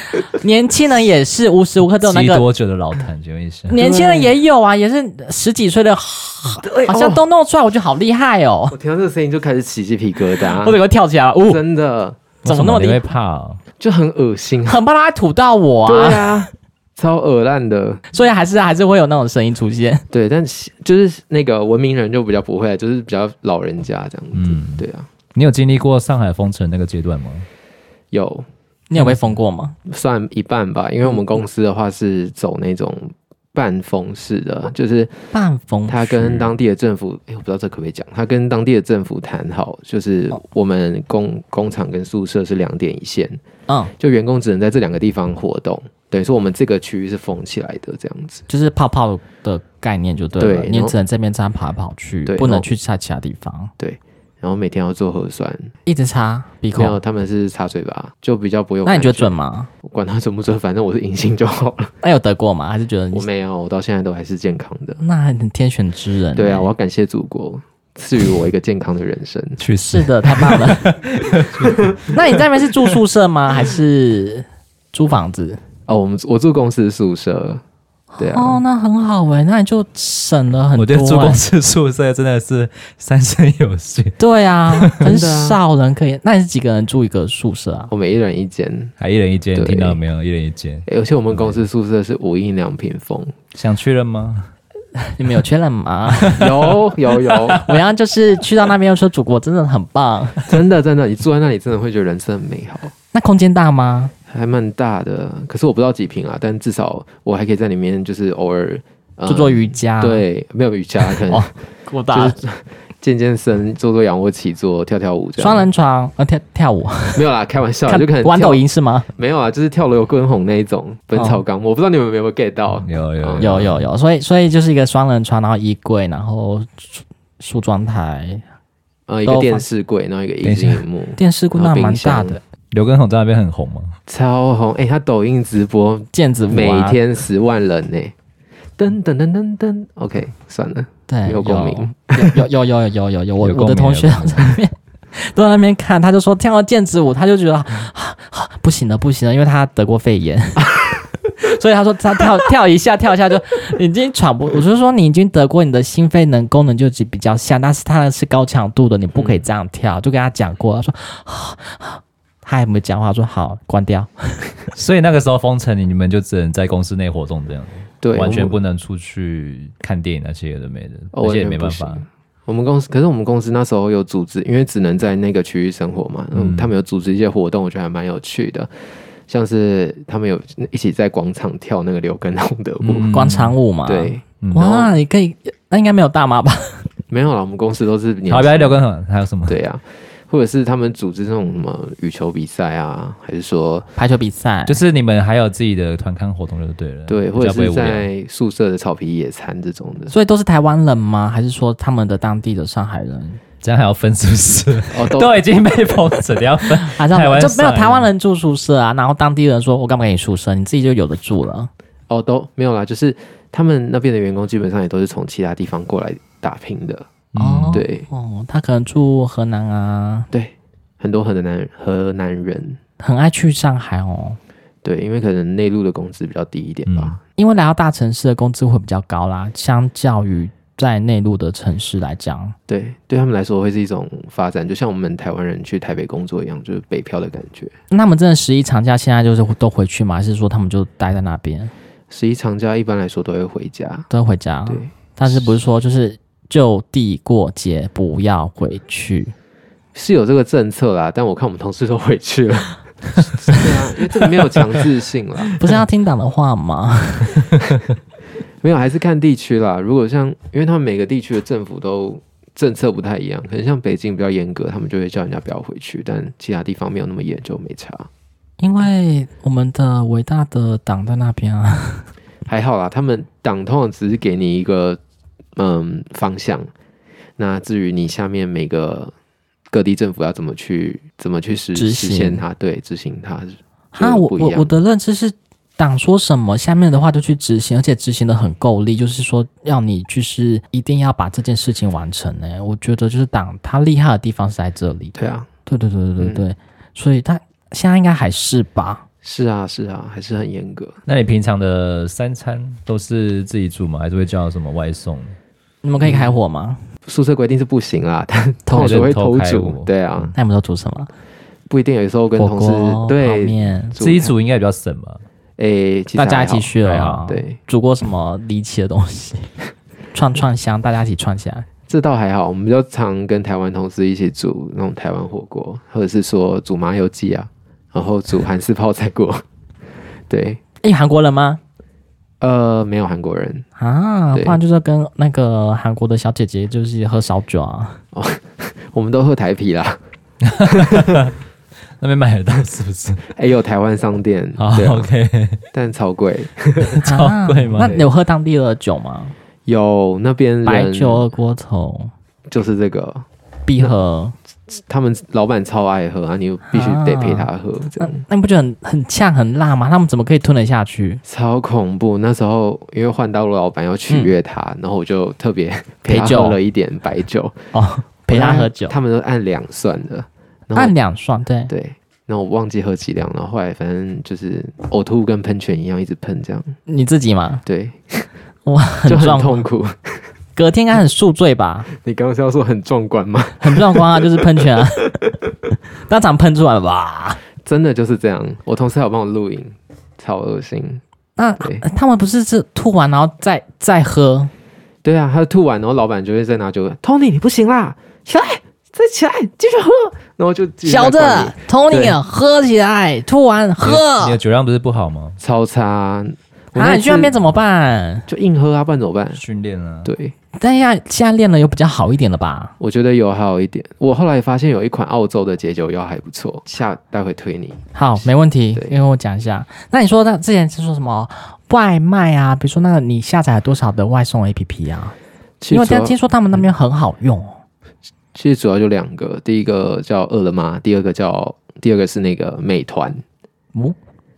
年轻人也是无时无刻都有那
吸
个，
多久的老痰？请问一下，
年轻人也有啊，也是十几岁的，好像都弄出来，我觉得好厉害哦，
我听到这个声音就开始起鸡皮疙瘩
我哦整，个跳起来了，呜，
真的
怎么那么
你
厉
会
害？
怕哦？
就很恶心。
很怕他吐到我
对
啊，
啊，超恶烂的。
所以还是还是会有那种声音出现。
对，但是就是那个文明人就比较不会，啊就是比较老人家这样子。
嗯
对啊，
你有经历过上海封城那个阶段吗？
有
你有被封过吗？
算一半吧，因为我们公司的话是走那种半封式
嗯
的，就是
半封
他跟当地的政府，哎、我不知道这可不可以讲，他跟当地的政府谈好，就是我们
哦
工工厂跟宿舍是两点一线，
嗯，
就员工只能在这两个地方活动，等于说我们这个区域是封起来的这样子。
就是泡泡的概念就对了，
对
你
然后
只能这边这样跑来跑去，
对
不
然
能
后
去擦其他地方，
然后每天要做核酸，
一直擦鼻
没有
孔。
他们是擦嘴巴，就比较不用。
那你觉得准？吗？
我管他准不准，反正我是阴性就好了。
那有得过吗？还是觉 得你
我没有，我到现在都还是健康的。
那还很天选之人、
对啊，
欸
我要感谢祖国赐予我一个健康的人生。
去
是
死！
的，太 棒了。那你在那边是住宿舍吗？还是租房子？
哦，我们我住公司宿舍，对啊，
哦，那很好哎、那你就省了很
我
多、
觉得住
欸
公。司宿舍真的是三生有幸，
对 啊，很
的啊
少人可以。那你是几个人住一个宿舍啊？
我们一人一间，
啊还一人一间，
对
听到没有？一人一间，
而且我们公司宿舍是无印良品风，
想去了吗？
你们有确认吗？
有有有，
我要就是去到那边又说祖国真的很棒。
真的真的，你住在那里真的会觉得人生很美好，
那空间大吗？
还蛮大的。可是我不知道几平啊，但至少我还可以在里面，就是偶尔、呃
做做瑜伽，，
对，没有瑜伽，可能
哦扩
就。是 健健身、做做仰卧起坐、跳跳舞这样。
双人床，呃，跳跳舞，
没有啦，开玩笑啦，
看
就可能
玩
跳
抖音是吗？
没有啊，就是跳楼有跟红那一种《本
哦
草纲目》我不知道你们有没有 get 到。
有有
嗯
有有有，所以所以就是一个双人床，然后衣柜，然后梳梳妆台，
呃，一个
都
电视柜，然后一个
等
液
一下
晶荧幕，
电视柜
然
那
后
蛮
冰
大
箱
的，
刘根宏在那边很红吗？
超红。哎、他抖音直播
毽子舞啊
每天十万人呢、噔噔噔噔噔，OK，算了，
对
没有共鸣，
有有有有有有有，我
有共
我的
鸣
同
有
学
共鸣
在那边都在那边看，他就说跳到毽子舞，他就觉得、啊啊不行了不行了，因为他得过肺炎。 所以他说他跳跳一下跳一下就已经喘不，我就说你已经得过你的心肺能功能就比较像，但是他的是高强度的，你不可以这样跳，就跟他讲过，他说、啊啊他还没讲话，我说好关掉，
所以那个时候封城，你们就只能在公司内活动这样，
对，
完全
我们
不能出去看电影那些有的没的，
哦
而且也
完全
没办
不行
法。
我们公司，可是我们公司那时候有组织，因为只能在那个区域生活嘛，嗯，他们有组织一些活动，我觉得还蛮有趣的，像是他们有一起在广场跳那个刘畊宏的舞，
嗯
广场舞嘛，，
对，
嗯
哇，你可以，那应该没有大妈吧？
没有啦，我们公司都是年轻
好，不要刘根宏，还有什么？
对啊，或者是他们组织那种什么羽球比赛啊，还是说
排球比赛
就，是你们还有自己的团刊活动就对了，
对，
比
或者
较不会
是
无聊。
在宿舍的草皮野餐这种的，
所以都是台湾人吗？还是说他们的当地的上海人？
这样还要分宿舍，
哦， 都
都已经被封城，你要分。
还是他们
台湾
就没
上
有
海人
台湾人住宿舍啊？然后当地人说：“我干嘛给你宿舍？你自己就有的住了。
哦都没有啦，就是他们那边的员工基本上也都是从其他地方过来打拼的，”
哦，
嗯对
哦，他可能住河南啊，
对，很多河南河南人。
很爱去上海哦，
对，因为可能内陆的工资比较低一点吧。
因为来到大城市的工资会比较高啦，相较于在内陆的城市来讲，
对，对他们来说会是一种发展，就像我们台湾人去台北工作一样，就是北漂的感觉。
那他们真的十一长假现在就是都回去吗？还是说他们就待在那边
十一长假一般来说都会回家，
都回家？
对，
但是不是说就是就地过节，不要回去？
是有这个政策啦，但我看我们同事都回去了。 对啊，因为这个没有强制性啦，
不是要听党的话吗？
没有还是看地区啦。如果像，因为他们每个地区的政府都政策不太一样，可能像北京比较严格，他们就会叫人家不要回去，但其他地方没有那么严，就没差。
因为我们的伟大的党在那边 啊，
还好啦，他们党通常只是给你一个嗯方向，那至于你下面每个各地政府要怎么去怎么去实
执
实
行
现它，对，执行它，
哈，
就
我
不一
我
样
我的认知是，党说什么，下面的话就去执行，而且执行的很够力，就是说要你就是一定要把这件事情完成呢、我觉得就是党他厉害的地方是在这里，
对啊，
对对对对对对，所以他现在应该还是吧。
是啊，是啊，还是很严格。
那你平常的三餐都是自己煮吗？还是会叫什么外送？
你们可以开火吗？
宿舍规定是不行啦，但但
偷
我都会
偷
偷
开
煮
我。
对啊，
那你们都煮什么？
不一定，有时候跟
火
同
锅、
事
泡
对
面，
煮
自己煮应该比较省吧？
诶，其实
大家
还
一起
好
去
还
了哦
好，
对，
煮过什么离奇的东西？ 串串香，大家一起串起来。
这倒还好，我们比较常跟台湾同事一起煮那种台湾火锅，或者是说煮麻油鸡啊，然后煮韩式泡菜锅。 对，
诶，韩国人吗？
呃，没有韩国人，
啊，
对
不然就是跟那个韩国的小姐姐就是喝烧酒啊，
我们都喝台啤啦，
那边买得到是不是？
哎，有台湾商店，
哦
好
对啊、
，OK，
但超贵。
超贵吗
啊那你有喝当地的酒吗？
有那边人
白酒二锅头
就是这个，
必喝。
他们老板超爱喝啊，你又必须得陪他喝，这
那
样
那你不觉得很很呛很辣吗？他们怎么可以吞得下去？
超恐怖。那时候因为换到老板要取悦他，然后我就特别陪他
嗯陪酒
喝了一点白酒，
哦，陪他喝酒，
他们都按两算的，然后
按两双对。
对，然后我忘记喝几两，然后后来反正就是呕吐跟喷泉一样，一直喷这样，
你自己嘛，
对，
哇，
就很
很壮观，
痛苦。
隔天应该很宿醉吧？
你刚刚是要说很壮观吗？
很壮观啊，就是喷泉啊，当场喷出来了吧？
真的就是这样，我同事还有帮我录影，超恶心。
那
对
他们不是是吐完然后再再喝？
对啊，他吐完，然后老板就会再拿酒，Tony 你不行啦，起来，再起来，继续喝，然后就继续
小
再
子
灌你对
，Tony 喝起来，吐完喝
你的。酒量不是不好吗？
超差。我
啊，
那
你去那
次
边怎么办？
就硬喝啊，不然怎么办？
训练啊，
对，
但现在现在练的有比较好一点了吧？
我觉得有好一点。我后来发现有一款澳洲的解酒药还不错，下待会推你。
好，没问题
对，
因为我讲一下。那你说那之前是说什么外卖啊？比如说那个你下载了多少的外送 APP 啊？
其
因为
实
我
主要
听说他们那边很好用哦。
其实主要就两个，第一个叫饿了么，第二个叫第二个是那个美团。
嗯，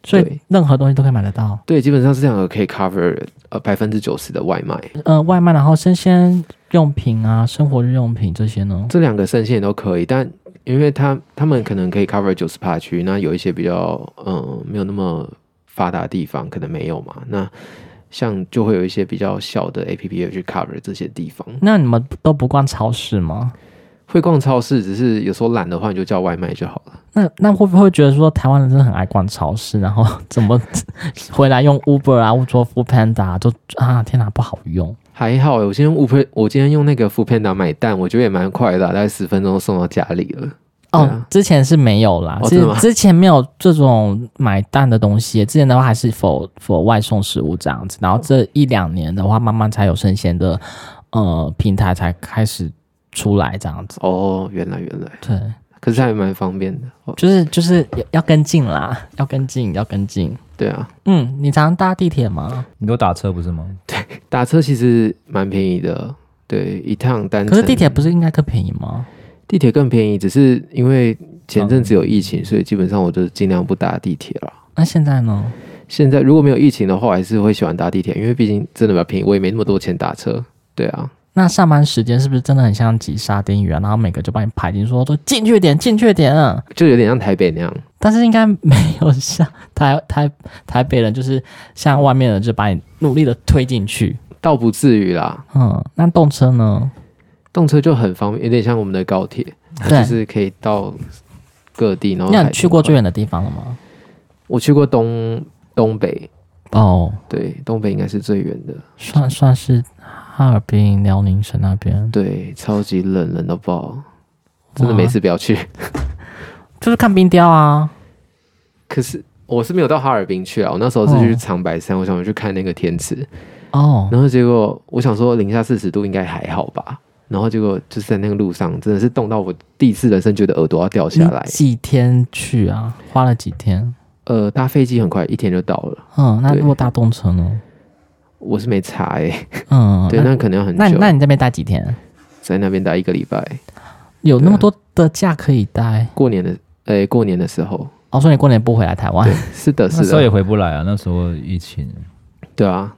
所以
对
任何东西都可以买得到。
对，基本上是这两个可以 cover 呃百分之九十的外卖。
呃，外卖，然后生鲜用品啊，生活日用品这些呢？
这两个生鲜也都可以，但因为他他们可能可以 cover 九十趴区，那有一些比较嗯没有那么发达的地方，可能没有嘛。那像就会有一些比较小的 A P P 去 cover 这些地方。
那你们都不逛超市吗？
会逛超市，只是有时候懒的话，你就叫外卖就好了。
那那会不会觉得说台湾人真的很爱逛超市，然后怎么回来用 Uber 啊、或者说 Food Panda 啊都啊天哪不好用？
还好、我今天五配，我今天用那个 f o o Panda 买蛋，我觉得也蛮快的啊、大概十分钟送到家里了。对
哦，
啊
之前是没有啦，
哦
之
真的吗
之前没有这种买蛋的东西，之前的话还是否否外送食物这样子，然后这一两年的话，慢慢才有生鲜的呃平台才开始出来这样子，
哦，原来原来，
对，
可是还蛮方便的。哦，
就是就是要要跟进啦，要跟进，要跟进。
对啊，
嗯，你常搭地铁吗？
你都打车不是吗？
打车其实蛮便宜的，对，一趟单程。
可是地铁不是应该更便宜吗？
地铁更便宜，只是因为前阵子有疫情，所以基本上我就尽量不搭地铁了。
那现在呢？
现在如果没有疫情的话，我还是会喜欢搭地铁，因为毕竟真的比较便宜，我也没那么多钱打车。对啊，
那上班时间是不是真的很像挤沙丁鱼啊？然后每个就把你排进，说都进去一点，进去一点、啊。
就有点像台北那样，
但是应该没有像台台台北人，就是像外面人，就把你努力的推进去。
倒不至于啦。
嗯，那动车呢？
动车就很方便，有点像我们的高铁，就
对，
是可以到各地。然后
那
还
你去过
挺
最
快？
远的地方了吗？
我去过东东北，
哦，
对，东北应该是最远的。
算算是哈尔滨、辽宁省那边。
对，超级冷，冷到爆，真的
哇
没事不要去。
就是看冰雕啊。
可是我是没有到哈尔滨去啊，我那时候是去
哦
长白山，我想去看那个天池，
哦，
然后结果我想说零下四十度应该还好吧，然后结果就是在那个路上真的是冻到我第一次人生觉得耳朵要掉
你
下来。
几天去啊？花了几天？
呃，搭飞机很快一天就到了，
嗯，那
对
如果搭动车呢？
我是没查哎、欸，
嗯，
对，那可能要很
那
久，
那你这边待几天？
在那边待一个礼拜，
有那
对啊
么多的假可以待
过年的。呃过年的时候，
哦，所以你过年不回来台湾？
是的，
那
是
时候也
的，
回不来啊，那时候疫情。
对啊，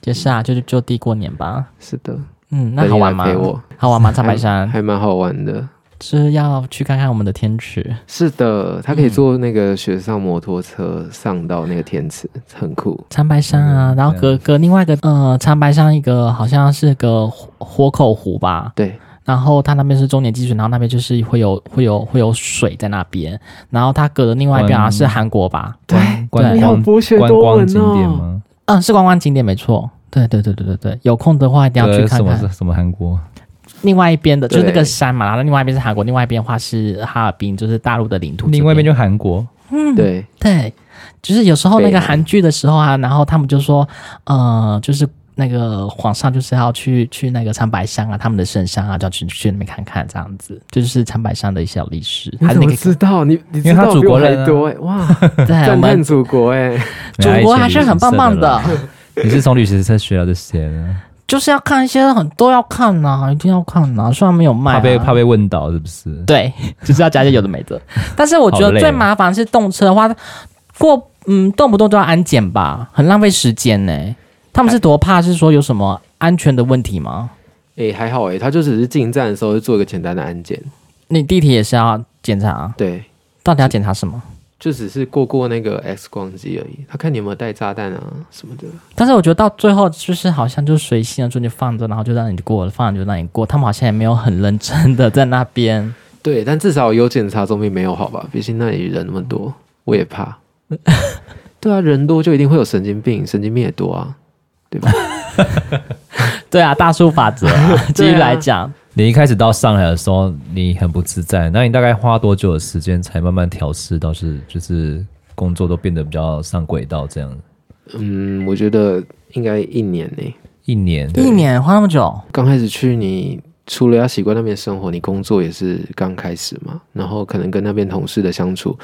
就是啊，就就就地过年吧。
是的，
嗯，那
等
好
你
玩
来
吗
陪？我
好 玩吗？长白
还
山
还蛮好玩的。
是要去看看我们的天池，
是的，他可以
嗯
坐那个雪上摩托车上到那个天池，很酷。
长白山啊，然后隔隔另外一个呃，长白山一个好像是个火火口湖吧，
对，
然后它那边是终点积水，然后那边就是会有会有会有水在那边，然后它隔的另外一边好像是韩国吧，
对
观
对
光
博学
观
多
光
闻哦
景点？吗？
嗯，是观光景点没错。对对对对对对，有空的话一定要去
对，
看
什么
看
是。什么韩国？
另外一边的就是那个
对
山嘛，然后另外一边是韩国，另外一边的话是哈尔滨，就是大陆的领土这。
另外一边就韩国，
对，
对，就是有时候那
北
个
韩
韩剧的时候啊，然后他们就说，呃，就是那个皇上就是要去去那个长白山啊，他们的圣山啊，就要去去那边看看这样子，这就是长白山的一些历史，
你
还是
怎
那
么
个
知道？你你
因为
知
他
道
祖
比我
国人
还
啊
多哎！ 哇，
对我
赞叹
们
祖国哎！
祖国还是很棒棒
没有
的
啊。，以前旅行社的啦你是从旅行社学到这些的，
就是要看一些很都要看呐、一定要看呐、虽然没有卖、啊，
怕被怕被问倒是不是？
对， 就是要加一些有的没的。但是我觉
好
得
累
最
哦
麻烦是动车的话，过嗯动不动就要安检吧，很浪费时间呢、他们是多怕是说有什么安全的问题吗？
诶，还好诶，他就只是进站的时候就做一个简单的安检，
你地铁也是要检查，
对，
到底要检查什么？
就只是过过那个 X 光机而已。他看你有没有带炸弹啊什么的。
但是我觉得到最后就是好像就随性的就你放着，然后就让你过了，放着就让你过。他们好像也没有很认真的在那边。
对，但至少有检查总比没有好吧？毕竟那里人那么多，我也怕。对啊，人多就一定会有神经病，神经病也多啊，对吧？
对啊，大数法则、 啊，继续来讲。
你一开始到上海的时候，你很不自在，那你大概花多久的时间才慢慢调试到是就是工作都变得比较上轨道这样？
嗯，我觉得应该一年呢、
一年，
一年花那么久，
刚开始去你。除了要习惯那边生活，你工作也是刚开始嘛，然后可能跟那边同事的相处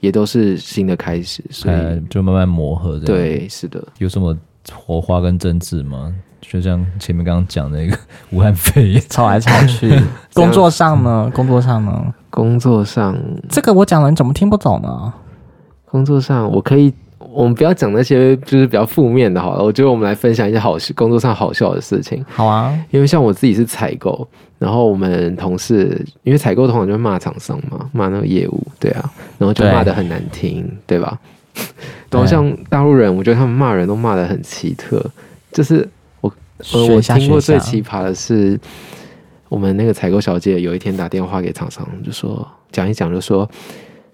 也都是新的开始，所以、
呃，就慢慢磨合这样。，
对，是的，
有什么火花跟争执吗？就像前面刚刚讲那个 武汉肺炎，
吵来吵去。嗯工作上呢？工作上呢？
工作上，
这个我讲了，你怎么听不懂呢？
工作上我可以，我们不要讲那些就是比较负面的好了。我觉得我们来分享一些好事，工作上好笑的事情。
好啊，
因为像我自己是采购，然后我们同事因为采购通常就会骂厂商嘛，骂那个业务，对啊，然后就
对
骂的很难听，对吧？
对
然后像大陆人，我觉得他们骂人都骂的很奇特，就是呃，
学
我
一下
听过
学
最
一下
奇葩的是，我们那个采购小姐有一天打电话给厂商，就说讲一讲，就说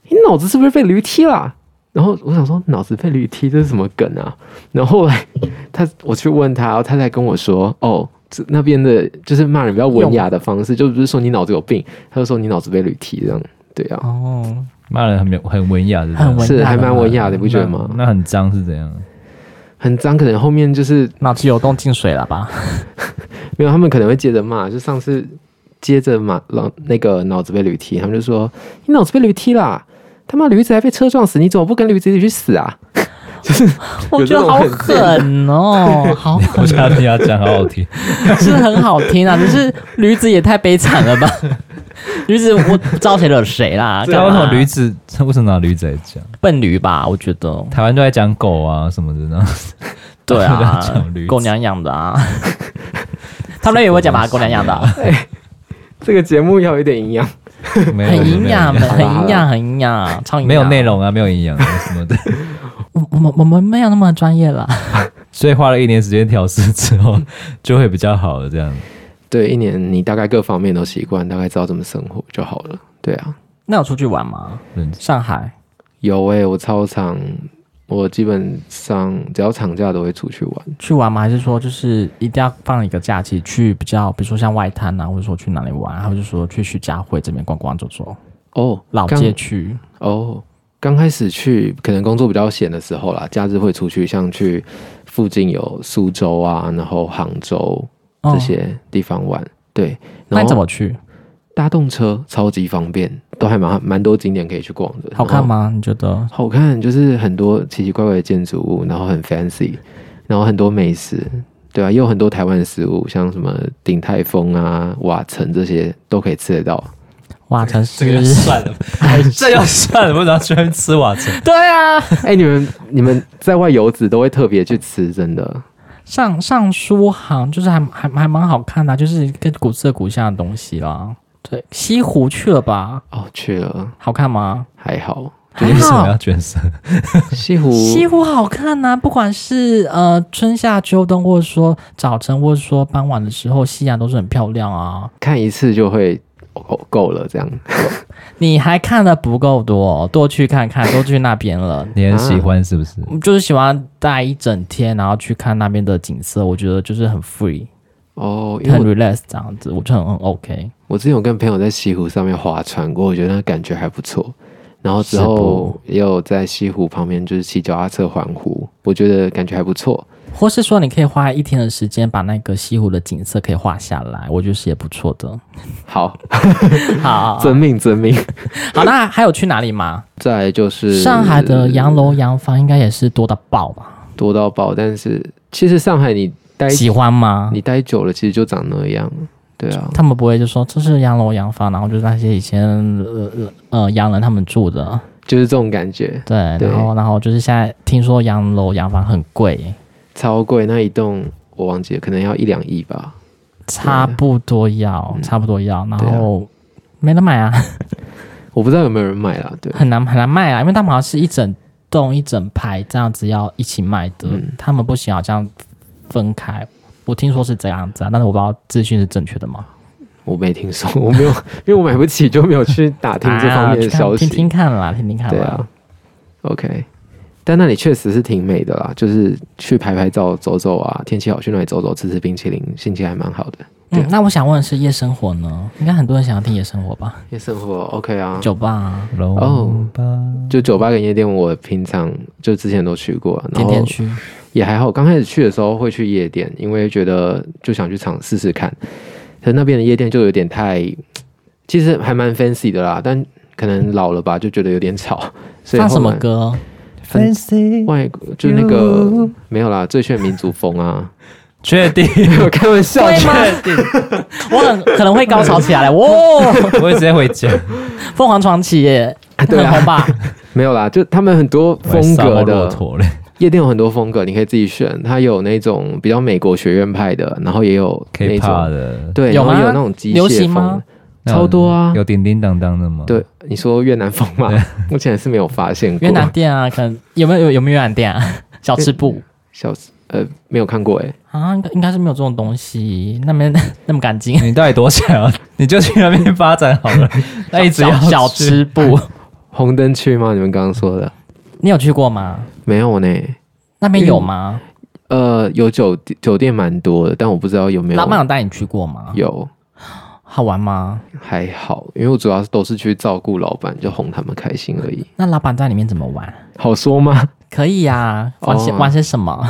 你脑子是不是被驴踢啦？然后我想说脑子被驴踢这是什么梗啊？然后后来他我去问他，然后他才跟我说，哦，这那边的就是骂人比较文雅的方式，就不是说你脑子有病，他就说你脑子被驴踢这样，对啊，
哦，
骂人很没有很文雅，是不
很文
是
雅
还
的
蛮
吗
文雅的，你不觉得吗？
那那很脏是怎样？
很脏，可能后面就是
脑子有动进水了吧？
没有，他们可能会接着骂，就上次接着骂老那个脑子被驴踢，他们就说你脑子被驴踢啦，他妈驴子还被车撞死，你怎么不跟驴子一起去死啊？
我
有这
觉得
种
好
很
狠哦，好
我
狠，
想听他讲，好好听。
是很好听啊，只是驴子也太悲惨 了吧？驴子我招谁惹谁啦？
对啊，
干
为什么
嘛？
驴子？为什么拿驴子来讲？
笨驴吧，我觉得
台湾都在讲狗啊什么的呢？
对啊
在讲驴，子
狗娘养的 啊。他们也会讲吧，狗娘养的啊，
这个节目要有点营养，
没有
很营 养，
没有
很营
好啦
养，很营养，超营养。
没有内，容啊，没有营养啊什么的。
我我们我们没有那么专业啦。
所以花了一年时间调试之后，就会比较好了。这样，
对，一年你大概各方面都习惯，大概知道怎么生活就好了。对啊，
那有出去玩吗？
嗯
上海
有诶、我超常，我基本上只要长假都会出去玩。
去玩吗？还是说就是一定要放一个假期去比较，比如说像外滩啊，或者说去哪里玩，或者说去徐家汇这边逛逛走走，
哦，
老
刚
街区。
哦，刚开始去可能工作比较闲的时候啦，假日会出去，像去附近有苏州啊，然后杭州
哦
这些哦地方玩。对，
嗯那
然
你怎
后
么去？
搭动车超级方便，都还蛮蛮多景点可以去逛的。
好看
然后？
吗？你觉得？
好看，就是很多奇奇怪怪的建筑物，然后很 fancy，然后很多美食，对啊，也有很多 台湾的食物，像什么鼎泰丰啊、瓦城这些都可以吃得到。
瓦城是
这个要算了，哎这要算了，我怎么居然吃瓦城？
对啊，
哎、你们你们在外游子都会特别去吃，真的。
上上书行就是还还还蛮好看的啊、就是跟古色古香的东西啦。对，西湖去了吧？
哦，去了
好看吗？
还好，
还
为什么
好
要，卷舌？
西湖
西湖好看呐、不管是呃春夏秋冬，或者说早晨，或者说傍晚的时候，夕阳都是很漂亮啊。
看一次就会哦够了，这样。
你还看的不够多，哦多去看看，多去那边了。
你很喜欢是不是？
我就是喜欢待一整天，然后去看那边的景色，我觉得就是很 free，
哦，因为
很
我
relax 这样子，我就很很 OK。
我之前有跟朋友在西湖上面划船过，我觉得那感觉还不错。然后之后也有在西湖旁边就是骑脚踏车环湖，我觉得感觉还不错。
或是说，你可以花一天的时间把那个西湖的景色可以画下来，我觉得是也不错 的。
好，
好，
遵命遵命。
好，那还有去哪里吗？
再来就是
上海的洋楼洋房应该也是多到爆吧？
多到爆，但是其实上海你待
喜欢吗？
哎你待久了，其实就长那样。对啊，
他们不会就说这是洋楼洋房，然后就是那些以前呃呃呃洋人他们住的，
就是这种感觉，
对，
对
然后然后就是现在听说洋楼洋房很贵，
超贵那一栋我忘记了，可能要一两亿吧。
差不多要，
嗯
差不多要，然
啊
后没人买啊，
我不知道有没有人买啦。对，
很难很难卖啊，因为他们好像是一整栋一整排这样子要一起卖的，
嗯
他们不行，好像分开。我听说是这样子啊，但是我不知道资讯是正确的吗？
我没听说，我没有， 因为我买不起，就没有去打听这方面的
啊去看
消息。
听听看啦，听听看啦。
对啊，OK。但那里确实是挺美的啦，就是去拍拍照、走走啊，天气好去那里走走，吃吃冰淇淋，心情还蛮好的。对
嗯，那我想问的是夜生活呢？应该很多人想要听夜生活吧？
夜生活 OK 啊，
酒吧、啊、
龙吧，
哦
就酒吧跟夜店，我平常就之前都去过啊，然
甜
后
甜区，
也还好。刚开始去的时候会去夜店，因为觉得就想去尝试试看。可是那边的夜店就有点太，其实还蛮 fancy 的啦，但可能老了吧，就觉得有点吵。所以
放什
后
么
来
歌？
分
Fancy
外国就是那个没有啦，最炫民族风啊，
确定？
我开玩笑
会吗？ 我很可能会高潮 起来了，哇！
我会直接回家。
凤凰传奇耶，
对
很
啊
红 吧？
没有啦，就他们很多风
我
格
还杀骆
的
驼嘞，
夜店有很多风格，你可以自己选。它有那种比较美国学院派的，然后也有那
K-pop
种
的，
对，
有
然
吗
后也有那种机
流
械
行
风
吗，嗯
那
超多啊。
有叮叮当当的吗？，
对，你说越南风 嘛，目前是没有发现过。
越南店啊，可能有没有有有没有越南 店啊？小吃部
小呃没有看过哎、
啊，应该应该是没有这种东西，那边 那么干净。
你到底多想要？ 你就去那边发展好 了，那一直要
小小
去
吃部，
红灯区吗？你们刚刚说的
你有去过吗？
没有呢？
那边有吗？
呃，有酒酒店蛮多的，但我不知道有没有
老板有带你去过吗？
有。
好玩吗？
还好，因为我主要都是去照顾老板，就哄他们开心而已。
那老板在里面怎么玩？
好说吗？
可以呀、玩些、
哦
玩些什么？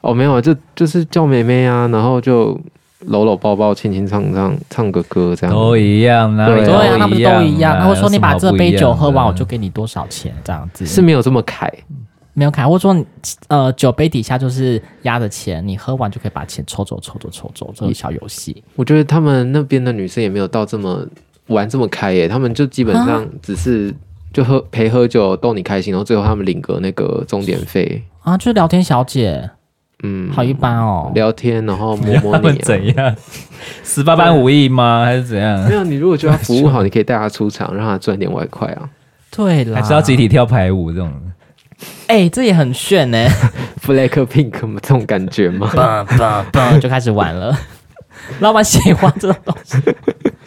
哦，没有啊，就就是叫妹妹啊，然后就搂搂抱抱、亲亲唱唱、唱个歌这样。
都一样，哪里
对
对
啊
啊，那不是都一样？
啊
他会说你把这杯酒喝完，我。
有什么
就给你多少钱，这样子
是没有这么凯，
没有卡，或者说你呃酒杯底下就是压着钱，你喝完就可以把钱抽走、抽走、抽走，这种小游戏。
我觉得他们那边的女生也没有到这么玩这么开耶、他们就基本上只是就喝陪喝酒逗你开心，然后最后他们领个那个钟点费，
啊，就是聊天小姐，
嗯，
好一般哦。
聊天然后
不一
摸摸
样的他们
你、啊。
怎样？十八般武艺吗？还是怎样
没？有，你如果觉得他服务好，你可以带他出场，让他赚点外快啊。
对啦，
还是要集体跳排舞这种？
哎、这也很炫呢、
Black Pink 这种感觉 吗？
嘣嘣嘣 就开始玩了。老板喜欢这种东西，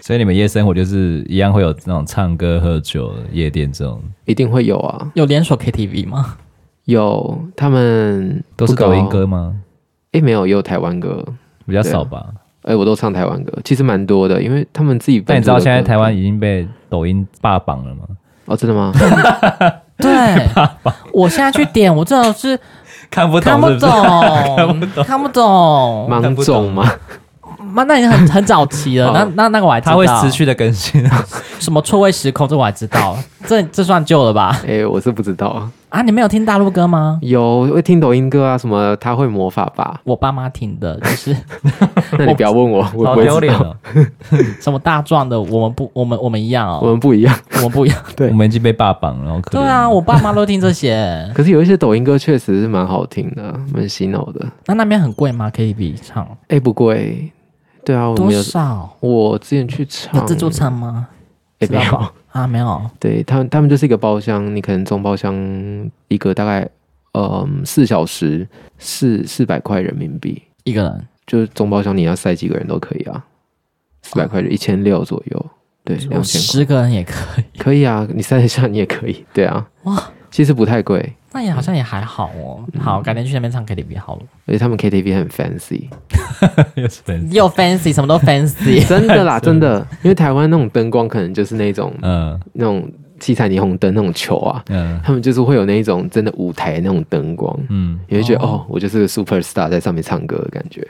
所以你们夜生活就是一样会有那种唱歌、喝酒、夜店这种，
一定会有啊，
有连锁 KTV 吗？
有他们
都是
啊
不高
抖音歌吗？
诶，没有，也有台湾歌。
比较少吧。
哎、我都唱台湾歌，其实蛮多的，因为他们自己。
但你知道现在台湾已经被抖音霸榜了吗？
哦，真的 吗？
对，我现在去点，我真的是
看不
看
懂
不
是不是？
懂， 看不懂。
芒种吗？
妈，那你很很早期 了，
哦
那那那个我还知道，
它会持续的更 新。
什么错位时空，这我还知道，这这算旧了吧？
哎、我是不知道啊。
啊，你没有听大陆歌吗？
有会听抖音歌啊，什么他会魔法 吧？
我爸妈听的，就是
那你不要问我，我
好
不会
丢
知
脸
道。
哦！
什么大壮的，我们不，我们我们一样
我
哦，
们不一样，
我们不 一样。
对
我们已经被霸榜了，好可
对
怜。
啊， 我爸妈都听这些。
可是有一些抖音歌确实是蛮好听的，蛮洗脑的。
那那边很贵吗？KTV 唱
哎、不贵，对啊，我
多
没有，
少？
我之前去
有
唱
自助，餐吗？
哎、
知
没
道
有，
吧啊，没有。
对他们，他们就是一个包厢，你可能中包厢一个大概，嗯，四小时四四百块人民币，
一个人
就是中包厢你要塞几个人都可以啊，四百块就一千六左右，对，两千块
十个人也可以，
可以啊，你塞得下你也可以， 对啊，
哇，
其实不太贵，
那也好像也还好哦。好，改天去那边唱 KTV 好了，
而且他们 KTV 很 fancy，
又是粉丝
又 fancy 什么都 fancy，
真的啦，真的，因为台湾那种灯光可能就是那种
嗯
那种七彩霓虹灯那种球啊，
嗯
他们就是会有那一种真的舞台那种灯光，
嗯，
你会觉得哦我就是个 super star 在上面唱歌的感觉。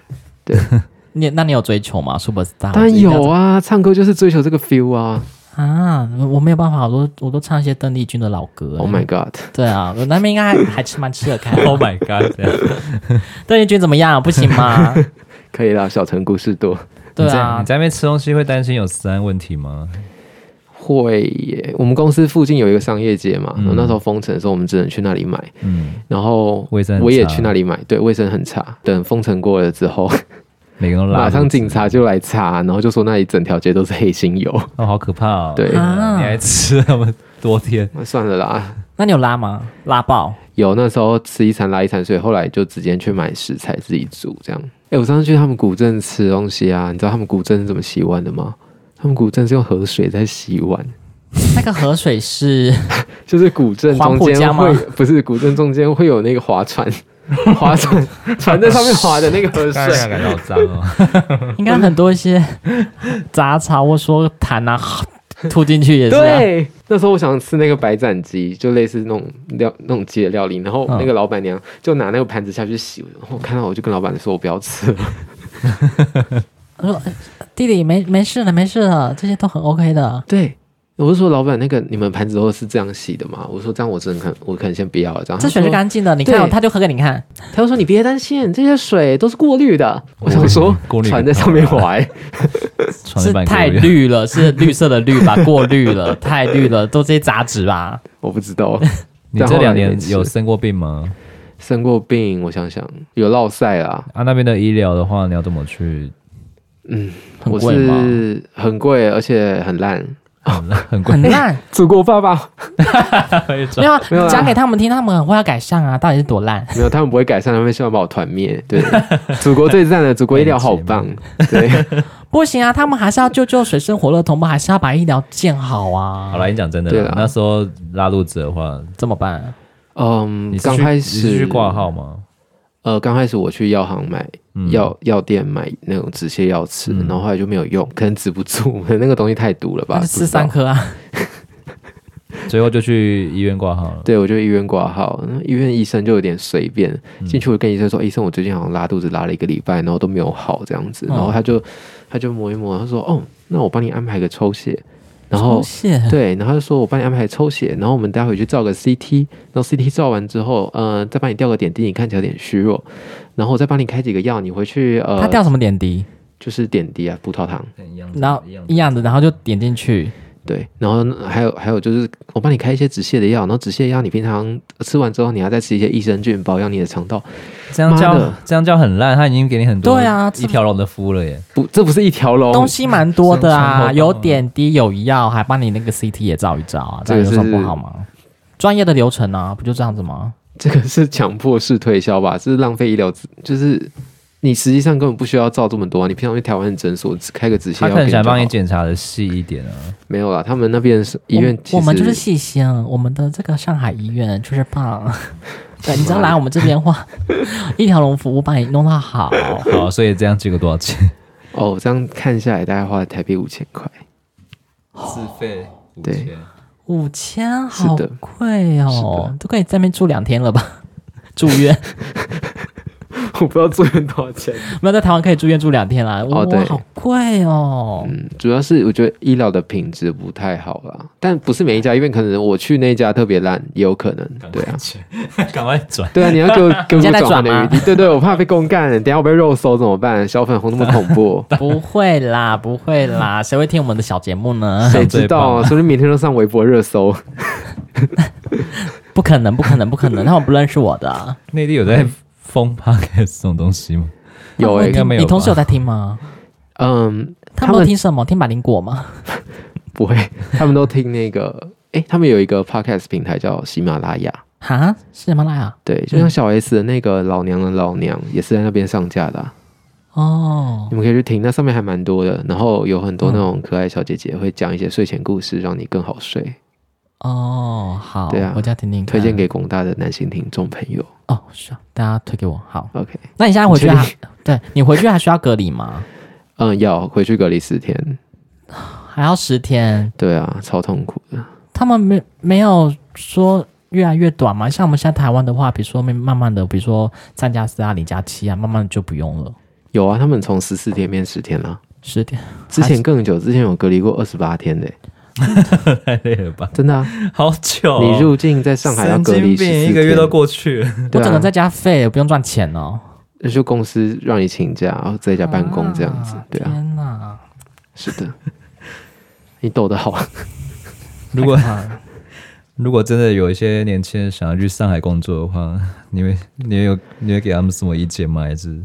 你那你有追求吗？Super Star
当然有啊，唱歌就是追求这个 feel 啊。
啊，我我没有办法，我都我都唱一些邓丽君的老歌。
Oh my god，
对啊，我那边应该还还吃蛮吃得开。 哦
Oh my god！这样
邓丽君怎么样？不行吗？
可以啦，小城故事多。
对
你在
啊
你，在那边吃东西会担心有食安问题吗？
会耶，我们公司附近有一个商业街嘛，
嗯
然后那时候封城的时候，我们只能去那里买。
嗯，
然后
卫生很
我也
差
去那里买，对，卫生很差。等封城过了之后，
每个人都拉
马
肚子
上警察就来查，然后就说那里整条街都是黑心油。
哦，好可怕哦！
对
啊你还吃那么多 天，
那算了啦，
那你有拉吗？拉爆！
有那时候吃一餐拉一餐，所以后来就直接去买食材自己煮这样。哎、我上次去他们古镇吃东西啊，你知道他们古镇是怎么洗碗的吗？他们古镇是用河水在洗碗，
那个河水 是
就是古镇中
黄浦江
间
吗
会不是古镇中间会有那个划 船，划船船在上面划的那个河
当然
水，
感觉好脏 哦。
应该很多一些杂草或说痰啊吐进去也是、啊。
对，那时候我想吃那个白斩鸡，就类似那种 料那种鸡的料理，然后
嗯
那个老板娘就拿那个盘子下去洗，我看到我就跟老板说我不要吃 了，
我说呃弟弟没没事的，没事的，这些都很 OK 的。
对，我就说老板，那个你们盘子都是这样洗的吗？我说这样我真的可能我可能先不要了。这样
这水是
他
干净的，你看哦、
对
他就喝给你看。
说他就说你别担心，这些水都是过滤 的。我想说
过滤
船在上面滑、欸，
穿
是
了半个
太
月，
绿 了，是绿色的绿吧？过滤了，太绿了，都这些杂质吧？
我不知道
你这两
然后后来也
年
没吃
有生过病吗？
生过病，我想想有落晒啦，
啊，那边的医疗的话，你要怎么去？
很
我
贵吗？
是很贵而且很烂。
很烂很贵，
很 烂，
祖国爸爸
没有啊
没有，啦
讲给他们听，他们很会要改善啊。到底是多烂？
没有，他们不会改善，他们希望把我团灭。对，祖国最赞了，祖国医疗好棒。对，
不行啊，他们还是要救救水深火热的同胞，还是要把医疗建好啊。
好了，你讲真的
对
啦
啦，
那时候拉肚子的话，
怎么办？
嗯
你，是
刚
去
开
你是
始
去挂号吗？
呃，刚开始我去药行买
嗯
药药店买那种止泻药吃，
嗯
然后后来就没有用，可能止不住，可能那个东西太毒了吧
那。就
不知
吃
道
三，颗啊。
最后就去医院挂号了。
对我就医院挂号，那医院医生就有点随便，进去我跟医生说，哎医生我最近好像拉肚子拉了一个礼拜，然后都没有好这样子，
哦
然后他就他就摸一摸，他说哦，那我帮你安排个抽血，然后
出。血
对，然后他就说：“我帮你安排抽血，然后我们待会去照个 CT，然后 CT 照完之后，呃，再帮你吊个点滴，你看起来有点虚弱，然后我再帮你开几个药，你回去呃，
他掉什么点滴？
就是点滴啊，葡萄糖，
一样
然后一样的，然后就点进去。
对，然后呢还有还有就是，我帮你开一些止泻的药，然后止泻药你平常吃完之后，你还再吃一些益生菌保养你的肠道。
这样
妈
叫
的
这样叫很烂，他已经给你很多
对啊
一条龙的服务了耶。
不，这不是一条龙
东，西蛮多的
伤口
啊，
痛
有点滴有药，还帮你那个 CT 也照一照啊，
这个
这样有什么
是
不好吗？专业的流程啊，不就这样子吗？
这个是强迫式推销吧？这是浪费医疗资，就是你实际上根本不需要照这么多啊、你平常去台湾的诊所只开个止泻
他
药
可
给
能
你就
想
好，
帮你检查的细一点啊。
没有啦，他们那边是医院其
我，我们就是
实
细心，我们的这个上海医院就是棒。 对，你只要来我们这边的话，一条龙服务帮你弄到好。
好，所以这样结果多 少钱？
哦，这样看下来大概花了台币五千块，
自费五
对
五千
是
好
的
贵
是
哦，都可以在那边住两天了吧？住院
我不知道住院多少钱。
没有在台湾可以住院住两天啦，哇、
哦对
好贵哦。
嗯，主要是我觉得医疗的品质不太好啦，但不是每一家医院，可能我去那一家特别烂，也有可能。对啊，
赶快转。
对啊，你要给我给我
你现在在
转换
转吗
的余地。对对，我怕被公干，等一下我被肉搜怎么办？小粉红那么恐怖，
不会啦，不会啦， 谁会听我们的小节目呢？
谁知道啊？说不定明天就上微博热搜。
不可能，不可能，不可能，他们不认识我的啊。
内地有在封 podcast 这种东西吗？
有
他
诶、
们
应该没有吧
哦你同事有在听吗？
嗯，
他
他
们有
们
听什么？听百灵果吗？
不会， 他们都听那个，诶、他们有一个 podcast 平台叫喜马拉雅，
哈，是什么来啊？
对，就像小 S 的那个老娘的老娘也是在那边上架的啊、
哦，
你们可以去听，那上面还蛮多的，然后有很多那种可爱小姐姐会讲一些睡前故事，让你更好睡，
哦，好，
对啊
我家听听看，
推荐给广大的男性听众朋友。
哦，是啊，大家推给我。好，
OK，
那你现在回去
你
还 对你回去还需要隔离吗？
嗯，要回去隔离四天，
还要十天？
对啊，超痛苦的。
他们没没有说越来越短吗？像我们现在台湾的话，比如说慢慢慢的，比如说三加四啊、零加七啊，慢慢就不用了，
有啊，他们从十四天变十天啦，
十天。
之前更久，之前有隔离过二十八天的、欸
太累了吧，
真的啊！
好久哦、
你入境在上海要隔离
神经
十
病，
四
一个月都过去了。
对
我
啊
整个在家废，不用赚钱哦。
那就公司让你请假，然后在家办公这样子，对啊，
天哪！
是的。 你抖得好，
如果
太
嗯
可怕了
如果真的有一些年轻人想要去上海工作的话， 你会你会有你会给他们什么意见吗？还是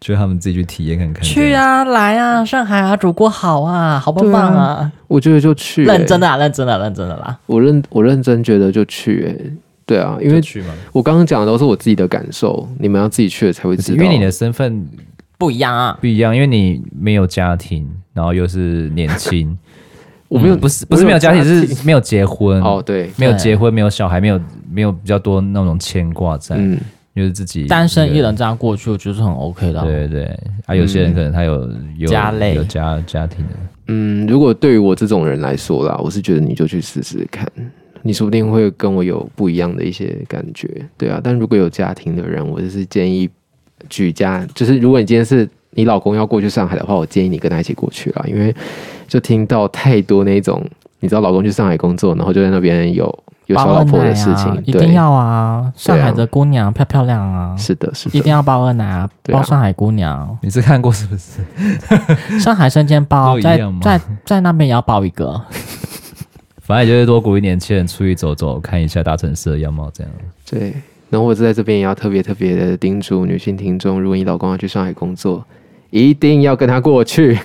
就他们自己去体验看看？
去！啊，来啊，上海啊，祖国好啊，好棒棒啊！
我觉得就去、欸，
认真的啊，认真的啊，认真的啦。
我认我认真觉得就去、欸，对啊，因为
去嘛，
我刚刚讲的都是我自己的感受，你们要自己去了才会知
因
道。
为你的身份
不一样啊，
不一样，因为你没有家庭，然后又是年轻，
我没有、
嗯不是不是没有家庭，是没有结婚
哦，对，
没有结婚，没有小孩，没有没有比较多那种牵挂在，
嗯，
就是自己
单身一
个
人这样过去，我觉得是很 OK 的啊。
对对对，啊，有些人可能他有有
家累
有家家庭的，
嗯，如果对于我这种人来说啦，我是觉得你就去试试看，你说不定会跟我有不一样的一些感觉，对啊。但如果有家庭的人，我就是建议举家，就是如果你今天是你老公要过去上海的话，我建议你跟他一起过去啦，因为就听到太多那种，你知道老公去上海工作，然后就在那边有有
包
小
二
老婆
奶
的事
啊
情，
一
对
定要啊！上海
对
的
啊
姑娘漂漂亮啊，
是的，是的，
一定要包二奶啊，
对啊
包上海姑 娘，
你是看过是不是？
上海生煎包
都一
在
样吗
在在那边也要包一个。
反正也就是多鼓励年轻人出去走走，看一下大城市的样貌，这样。
对，然后我在这边也要特别特别的叮嘱女性听众，如果你老公要去上海工作，一定要跟他过去。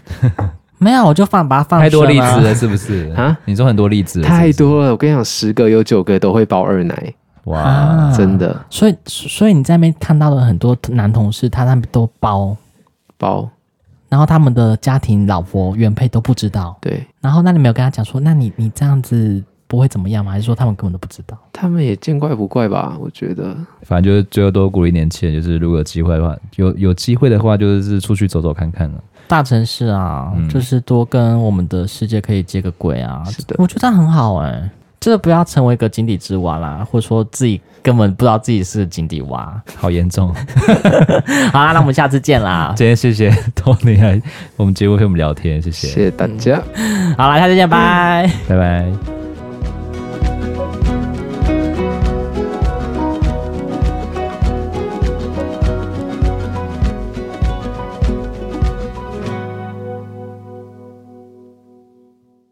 没有，我就放把它放
太多
生
例
啊
子了，是不是？
啊，
你说很多例子了是不
太
是
多了，我跟你讲，十个有九个都会包二奶，
哇！
啊
真。的
所以所以你在那边看到了很多男同事，他他们都包，
包。
然后他们的家庭、老婆、原配都不知道。
对
然后那你没有跟他讲说，那你你这样子不会怎么样吗？还是说他们根本都不知道？
他们也见怪不怪吧？我觉得
反正就是最后多鼓励年轻人，就是如果有机会的话，有有机会的话，就是出去走走看看了。
大城市啊，
嗯
就是多跟我们的世界可以接个轨啊。
是的
我觉得很好哎、这不要成为一个井底之蛙啦，或者说自己根本不知道自己是井底蛙。
好严重！啊
好啦，那我们下次 见啦。
今天谢 谢托尼来我们节目陪我们聊天，谢
谢
谢，
谢大家。
好啦，下次见，拜。
拜拜。